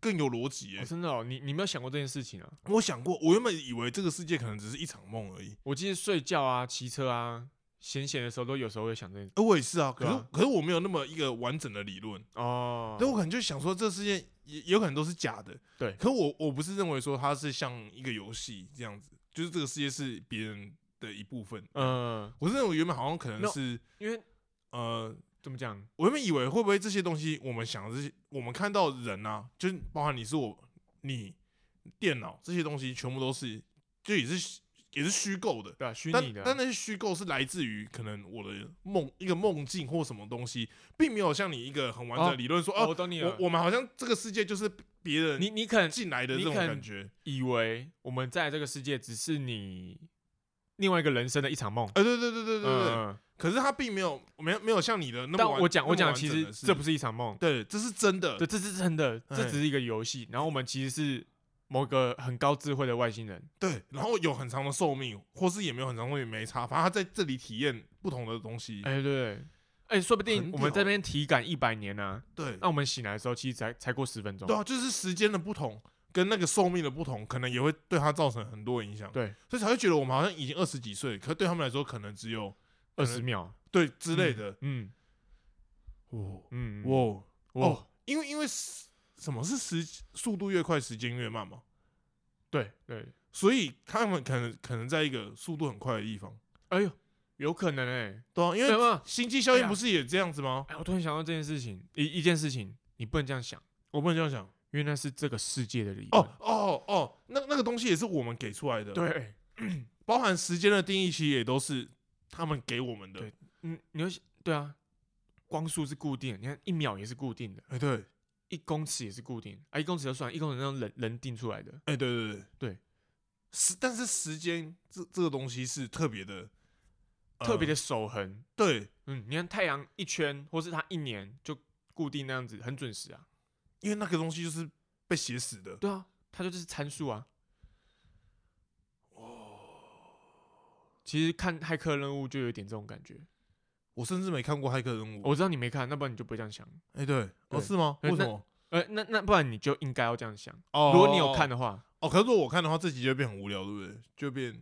Speaker 1: 更有逻辑
Speaker 2: 哦
Speaker 1: 耶。
Speaker 2: 真的哦，你你没有想过这件事情啊？
Speaker 1: 我想过，我原本以为这个世界可能只是一场梦而已，
Speaker 2: 我其实睡觉啊、骑车啊、闲闲的时候都有时候会想这件
Speaker 1: 哎，我也是啊，可是、
Speaker 2: 对啊
Speaker 1: 可是我没有那么一个完整的理论。
Speaker 2: 哦。
Speaker 1: 那我可能就想说，这世界也也有可能都是假的。
Speaker 2: 对
Speaker 1: 可我我不是认为说它是像一个游戏这样子，就是这个世界是别人的一部分。
Speaker 2: 嗯，
Speaker 1: 我是认为原本好像可
Speaker 2: 没
Speaker 1: 能
Speaker 2: 有
Speaker 1: 是
Speaker 2: 因为
Speaker 1: 呃，
Speaker 2: 怎么讲？
Speaker 1: 我原本以为会不会这些东西，我们想的这些，我们看到的人啊，就是包含你是我、你、电脑这些东西，全部都是就也是虚也是虚构的。
Speaker 2: 对啊，虚拟
Speaker 1: 但
Speaker 2: 的啊、
Speaker 1: 但那些虚构是来自于可能我的梦一个梦境或什么东西，并没有像你一个很完整的
Speaker 2: 哦
Speaker 1: 理论说哦
Speaker 2: 哦，我懂你
Speaker 1: 我
Speaker 2: 了。
Speaker 1: 我们好像这个世界就是别人
Speaker 2: 你你可能
Speaker 1: 进来的这
Speaker 2: 你
Speaker 1: 种
Speaker 2: 可能
Speaker 1: 感觉。
Speaker 2: 以为我们在这个世界只是你另外一个人生的一场梦。
Speaker 1: 呃，对对对对对对。
Speaker 2: 嗯，
Speaker 1: 可是他并没有没有没有像你的那么
Speaker 2: 但
Speaker 1: 完
Speaker 2: 我讲我
Speaker 1: 那么
Speaker 2: 讲，
Speaker 1: 完
Speaker 2: 其
Speaker 1: 整
Speaker 2: 实
Speaker 1: 的事
Speaker 2: 这不是一场梦，
Speaker 1: 对，这是真的。
Speaker 2: 对，这是真的，
Speaker 1: 哎
Speaker 2: 这只是一个游戏。然后我们其实是某个很高智慧的外星人。
Speaker 1: 对然后有很长的寿命，或是也没有很长寿命没差，反正他在这里体验不同的东西。
Speaker 2: 哎、对，哎、说不
Speaker 1: 嗯很
Speaker 2: 定我们
Speaker 1: 屌
Speaker 2: 这边体感一百年呢、啊，
Speaker 1: 对
Speaker 2: 那我们醒来的时候其实才才过十分钟。
Speaker 1: 对啊，就是时间的不同跟那个寿命的不同，可能也会对他造成很多影响。
Speaker 2: 对，
Speaker 1: 所以才会觉得我们好像已经二十几岁，可是对他们来说可能只有
Speaker 2: 二十秒
Speaker 1: 对之类的。
Speaker 2: 嗯。
Speaker 1: 哦，
Speaker 2: 嗯嗯，
Speaker 1: 哇哦
Speaker 2: 我
Speaker 1: 哦，因为因为时什么是时速度越快，时间越慢嘛，
Speaker 2: 对对，
Speaker 1: 所以他们可能可能在一个速度很快的地方，
Speaker 2: 哎呦，有可能哎、
Speaker 1: 对啊，因
Speaker 2: 对
Speaker 1: 为
Speaker 2: 吗
Speaker 1: 星际效
Speaker 2: 哎
Speaker 1: 应
Speaker 2: 呀
Speaker 1: 不是也这样子吗？
Speaker 2: 哎，我突然想到这件事情，一一件事情，你不能这样想，
Speaker 1: 我不能这样想。
Speaker 2: 因为那是这个世界的理论。
Speaker 1: 哦，哦哦，那那个东西也是我们给出来的，，
Speaker 2: 啊对，
Speaker 1: 包含时间的定义，其实也都是他们给我们的。
Speaker 2: 对嗯，你会想对啊，光速是固定的，你看一秒也是固定的，
Speaker 1: 哎，对，
Speaker 2: 一公尺也是固定的啊，一公尺就算，一公尺那种人人定出来的。
Speaker 1: 哎，对对对
Speaker 2: 对，
Speaker 1: 时但是时间这这个东西是特别的，呃
Speaker 2: 特别的守恒。
Speaker 1: 对，
Speaker 2: 嗯，你看太阳一圈，或是它一年就固定那样子，很准时啊。
Speaker 1: 因为那个东西就是被写死的。
Speaker 2: 对啊，它就是参数啊。其实看骇客任务就有点这种感觉。
Speaker 1: 嗯我甚至没看过《骇客任务》。
Speaker 2: 我知道你没看，那不然你就不会这样想。
Speaker 1: 哎，对，哦，
Speaker 2: 对
Speaker 1: 是吗？
Speaker 2: 哎
Speaker 1: 为什
Speaker 2: 那
Speaker 1: 么？
Speaker 2: 呃，那那不然你就应该要这样想。
Speaker 1: 哦，
Speaker 2: 如果你有看的话，
Speaker 1: 哦，可是如果我看的话，这集就会变很无聊，对不对？就变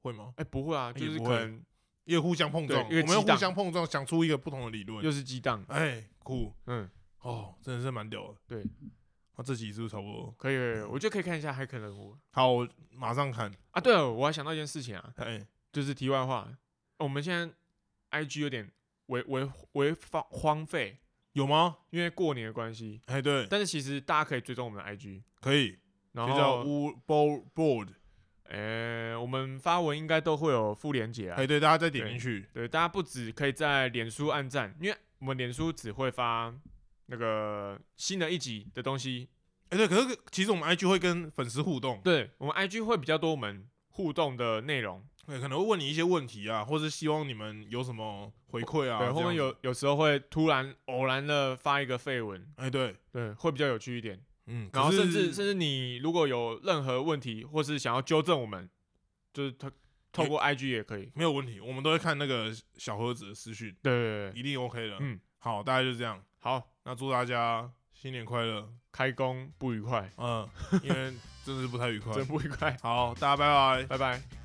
Speaker 1: 会吗？
Speaker 2: 哎、不会啊，
Speaker 1: 也
Speaker 2: 就是
Speaker 1: 不
Speaker 2: 可
Speaker 1: 会
Speaker 2: 能
Speaker 1: 因为互相碰撞，我
Speaker 2: 对一
Speaker 1: 们
Speaker 2: 个
Speaker 1: 要
Speaker 2: 激
Speaker 1: 互
Speaker 2: 荡
Speaker 1: 相碰撞，想出一个不同的理论
Speaker 2: 又。是激荡。
Speaker 1: 哎，酷
Speaker 2: 嗯，
Speaker 1: 哦，真的是蛮屌的。
Speaker 2: 对，
Speaker 1: 那这集是不是差不多？
Speaker 2: 可以，可以我觉得可以看一下骇客任务
Speaker 1: 好，我马上看。
Speaker 2: 啊。对了，我还想到一件事情啊，
Speaker 1: 哎，
Speaker 2: 就是题外话，我们现在 IG 有点为为为荒荒废，
Speaker 1: 有吗？
Speaker 2: 因为过年的关系。
Speaker 1: 哎，对，
Speaker 2: 但是其实大家可以追踪我们的 IG，
Speaker 1: 可以，
Speaker 2: 然
Speaker 1: 就叫
Speaker 2: 后
Speaker 1: w board board。
Speaker 2: 呃，我们发文应该都会有附连结啊。
Speaker 1: 哎，对，大家再点进去。
Speaker 2: 对，大家不止可以在脸书按赞，因为我们脸书只会发那个新的一集的东西。
Speaker 1: 哎，对，可是其实我们 IG 会跟粉丝互动，
Speaker 2: 对我们 IG 会比较多我们互动的内容，
Speaker 1: 对，可能会问你一些问题啊，或是希望你们有什么回馈啊。
Speaker 2: 对，
Speaker 1: 这
Speaker 2: 后面
Speaker 1: 样
Speaker 2: 有
Speaker 1: 子，
Speaker 2: 有时候会突然偶然的发一个绯闻，
Speaker 1: 哎，对，
Speaker 2: 对，会比较有趣一点。
Speaker 1: 嗯，
Speaker 2: 然后
Speaker 1: 可
Speaker 2: 甚
Speaker 1: 是
Speaker 2: 至甚至你如果有任何问题或是想要纠正我们，就是透透过 IG 也可以。
Speaker 1: 没有问题，我们都会看那个小盒子的私讯，
Speaker 2: 对对对对，
Speaker 1: 一定 OK 的。
Speaker 2: 嗯，
Speaker 1: 好，大概就这样。
Speaker 2: 好，
Speaker 1: 那祝大家新年快乐，
Speaker 2: 开工不愉快，
Speaker 1: 嗯，因为真的是不太愉快。。
Speaker 2: 真不愉快
Speaker 1: 好，大家拜拜。
Speaker 2: 拜拜。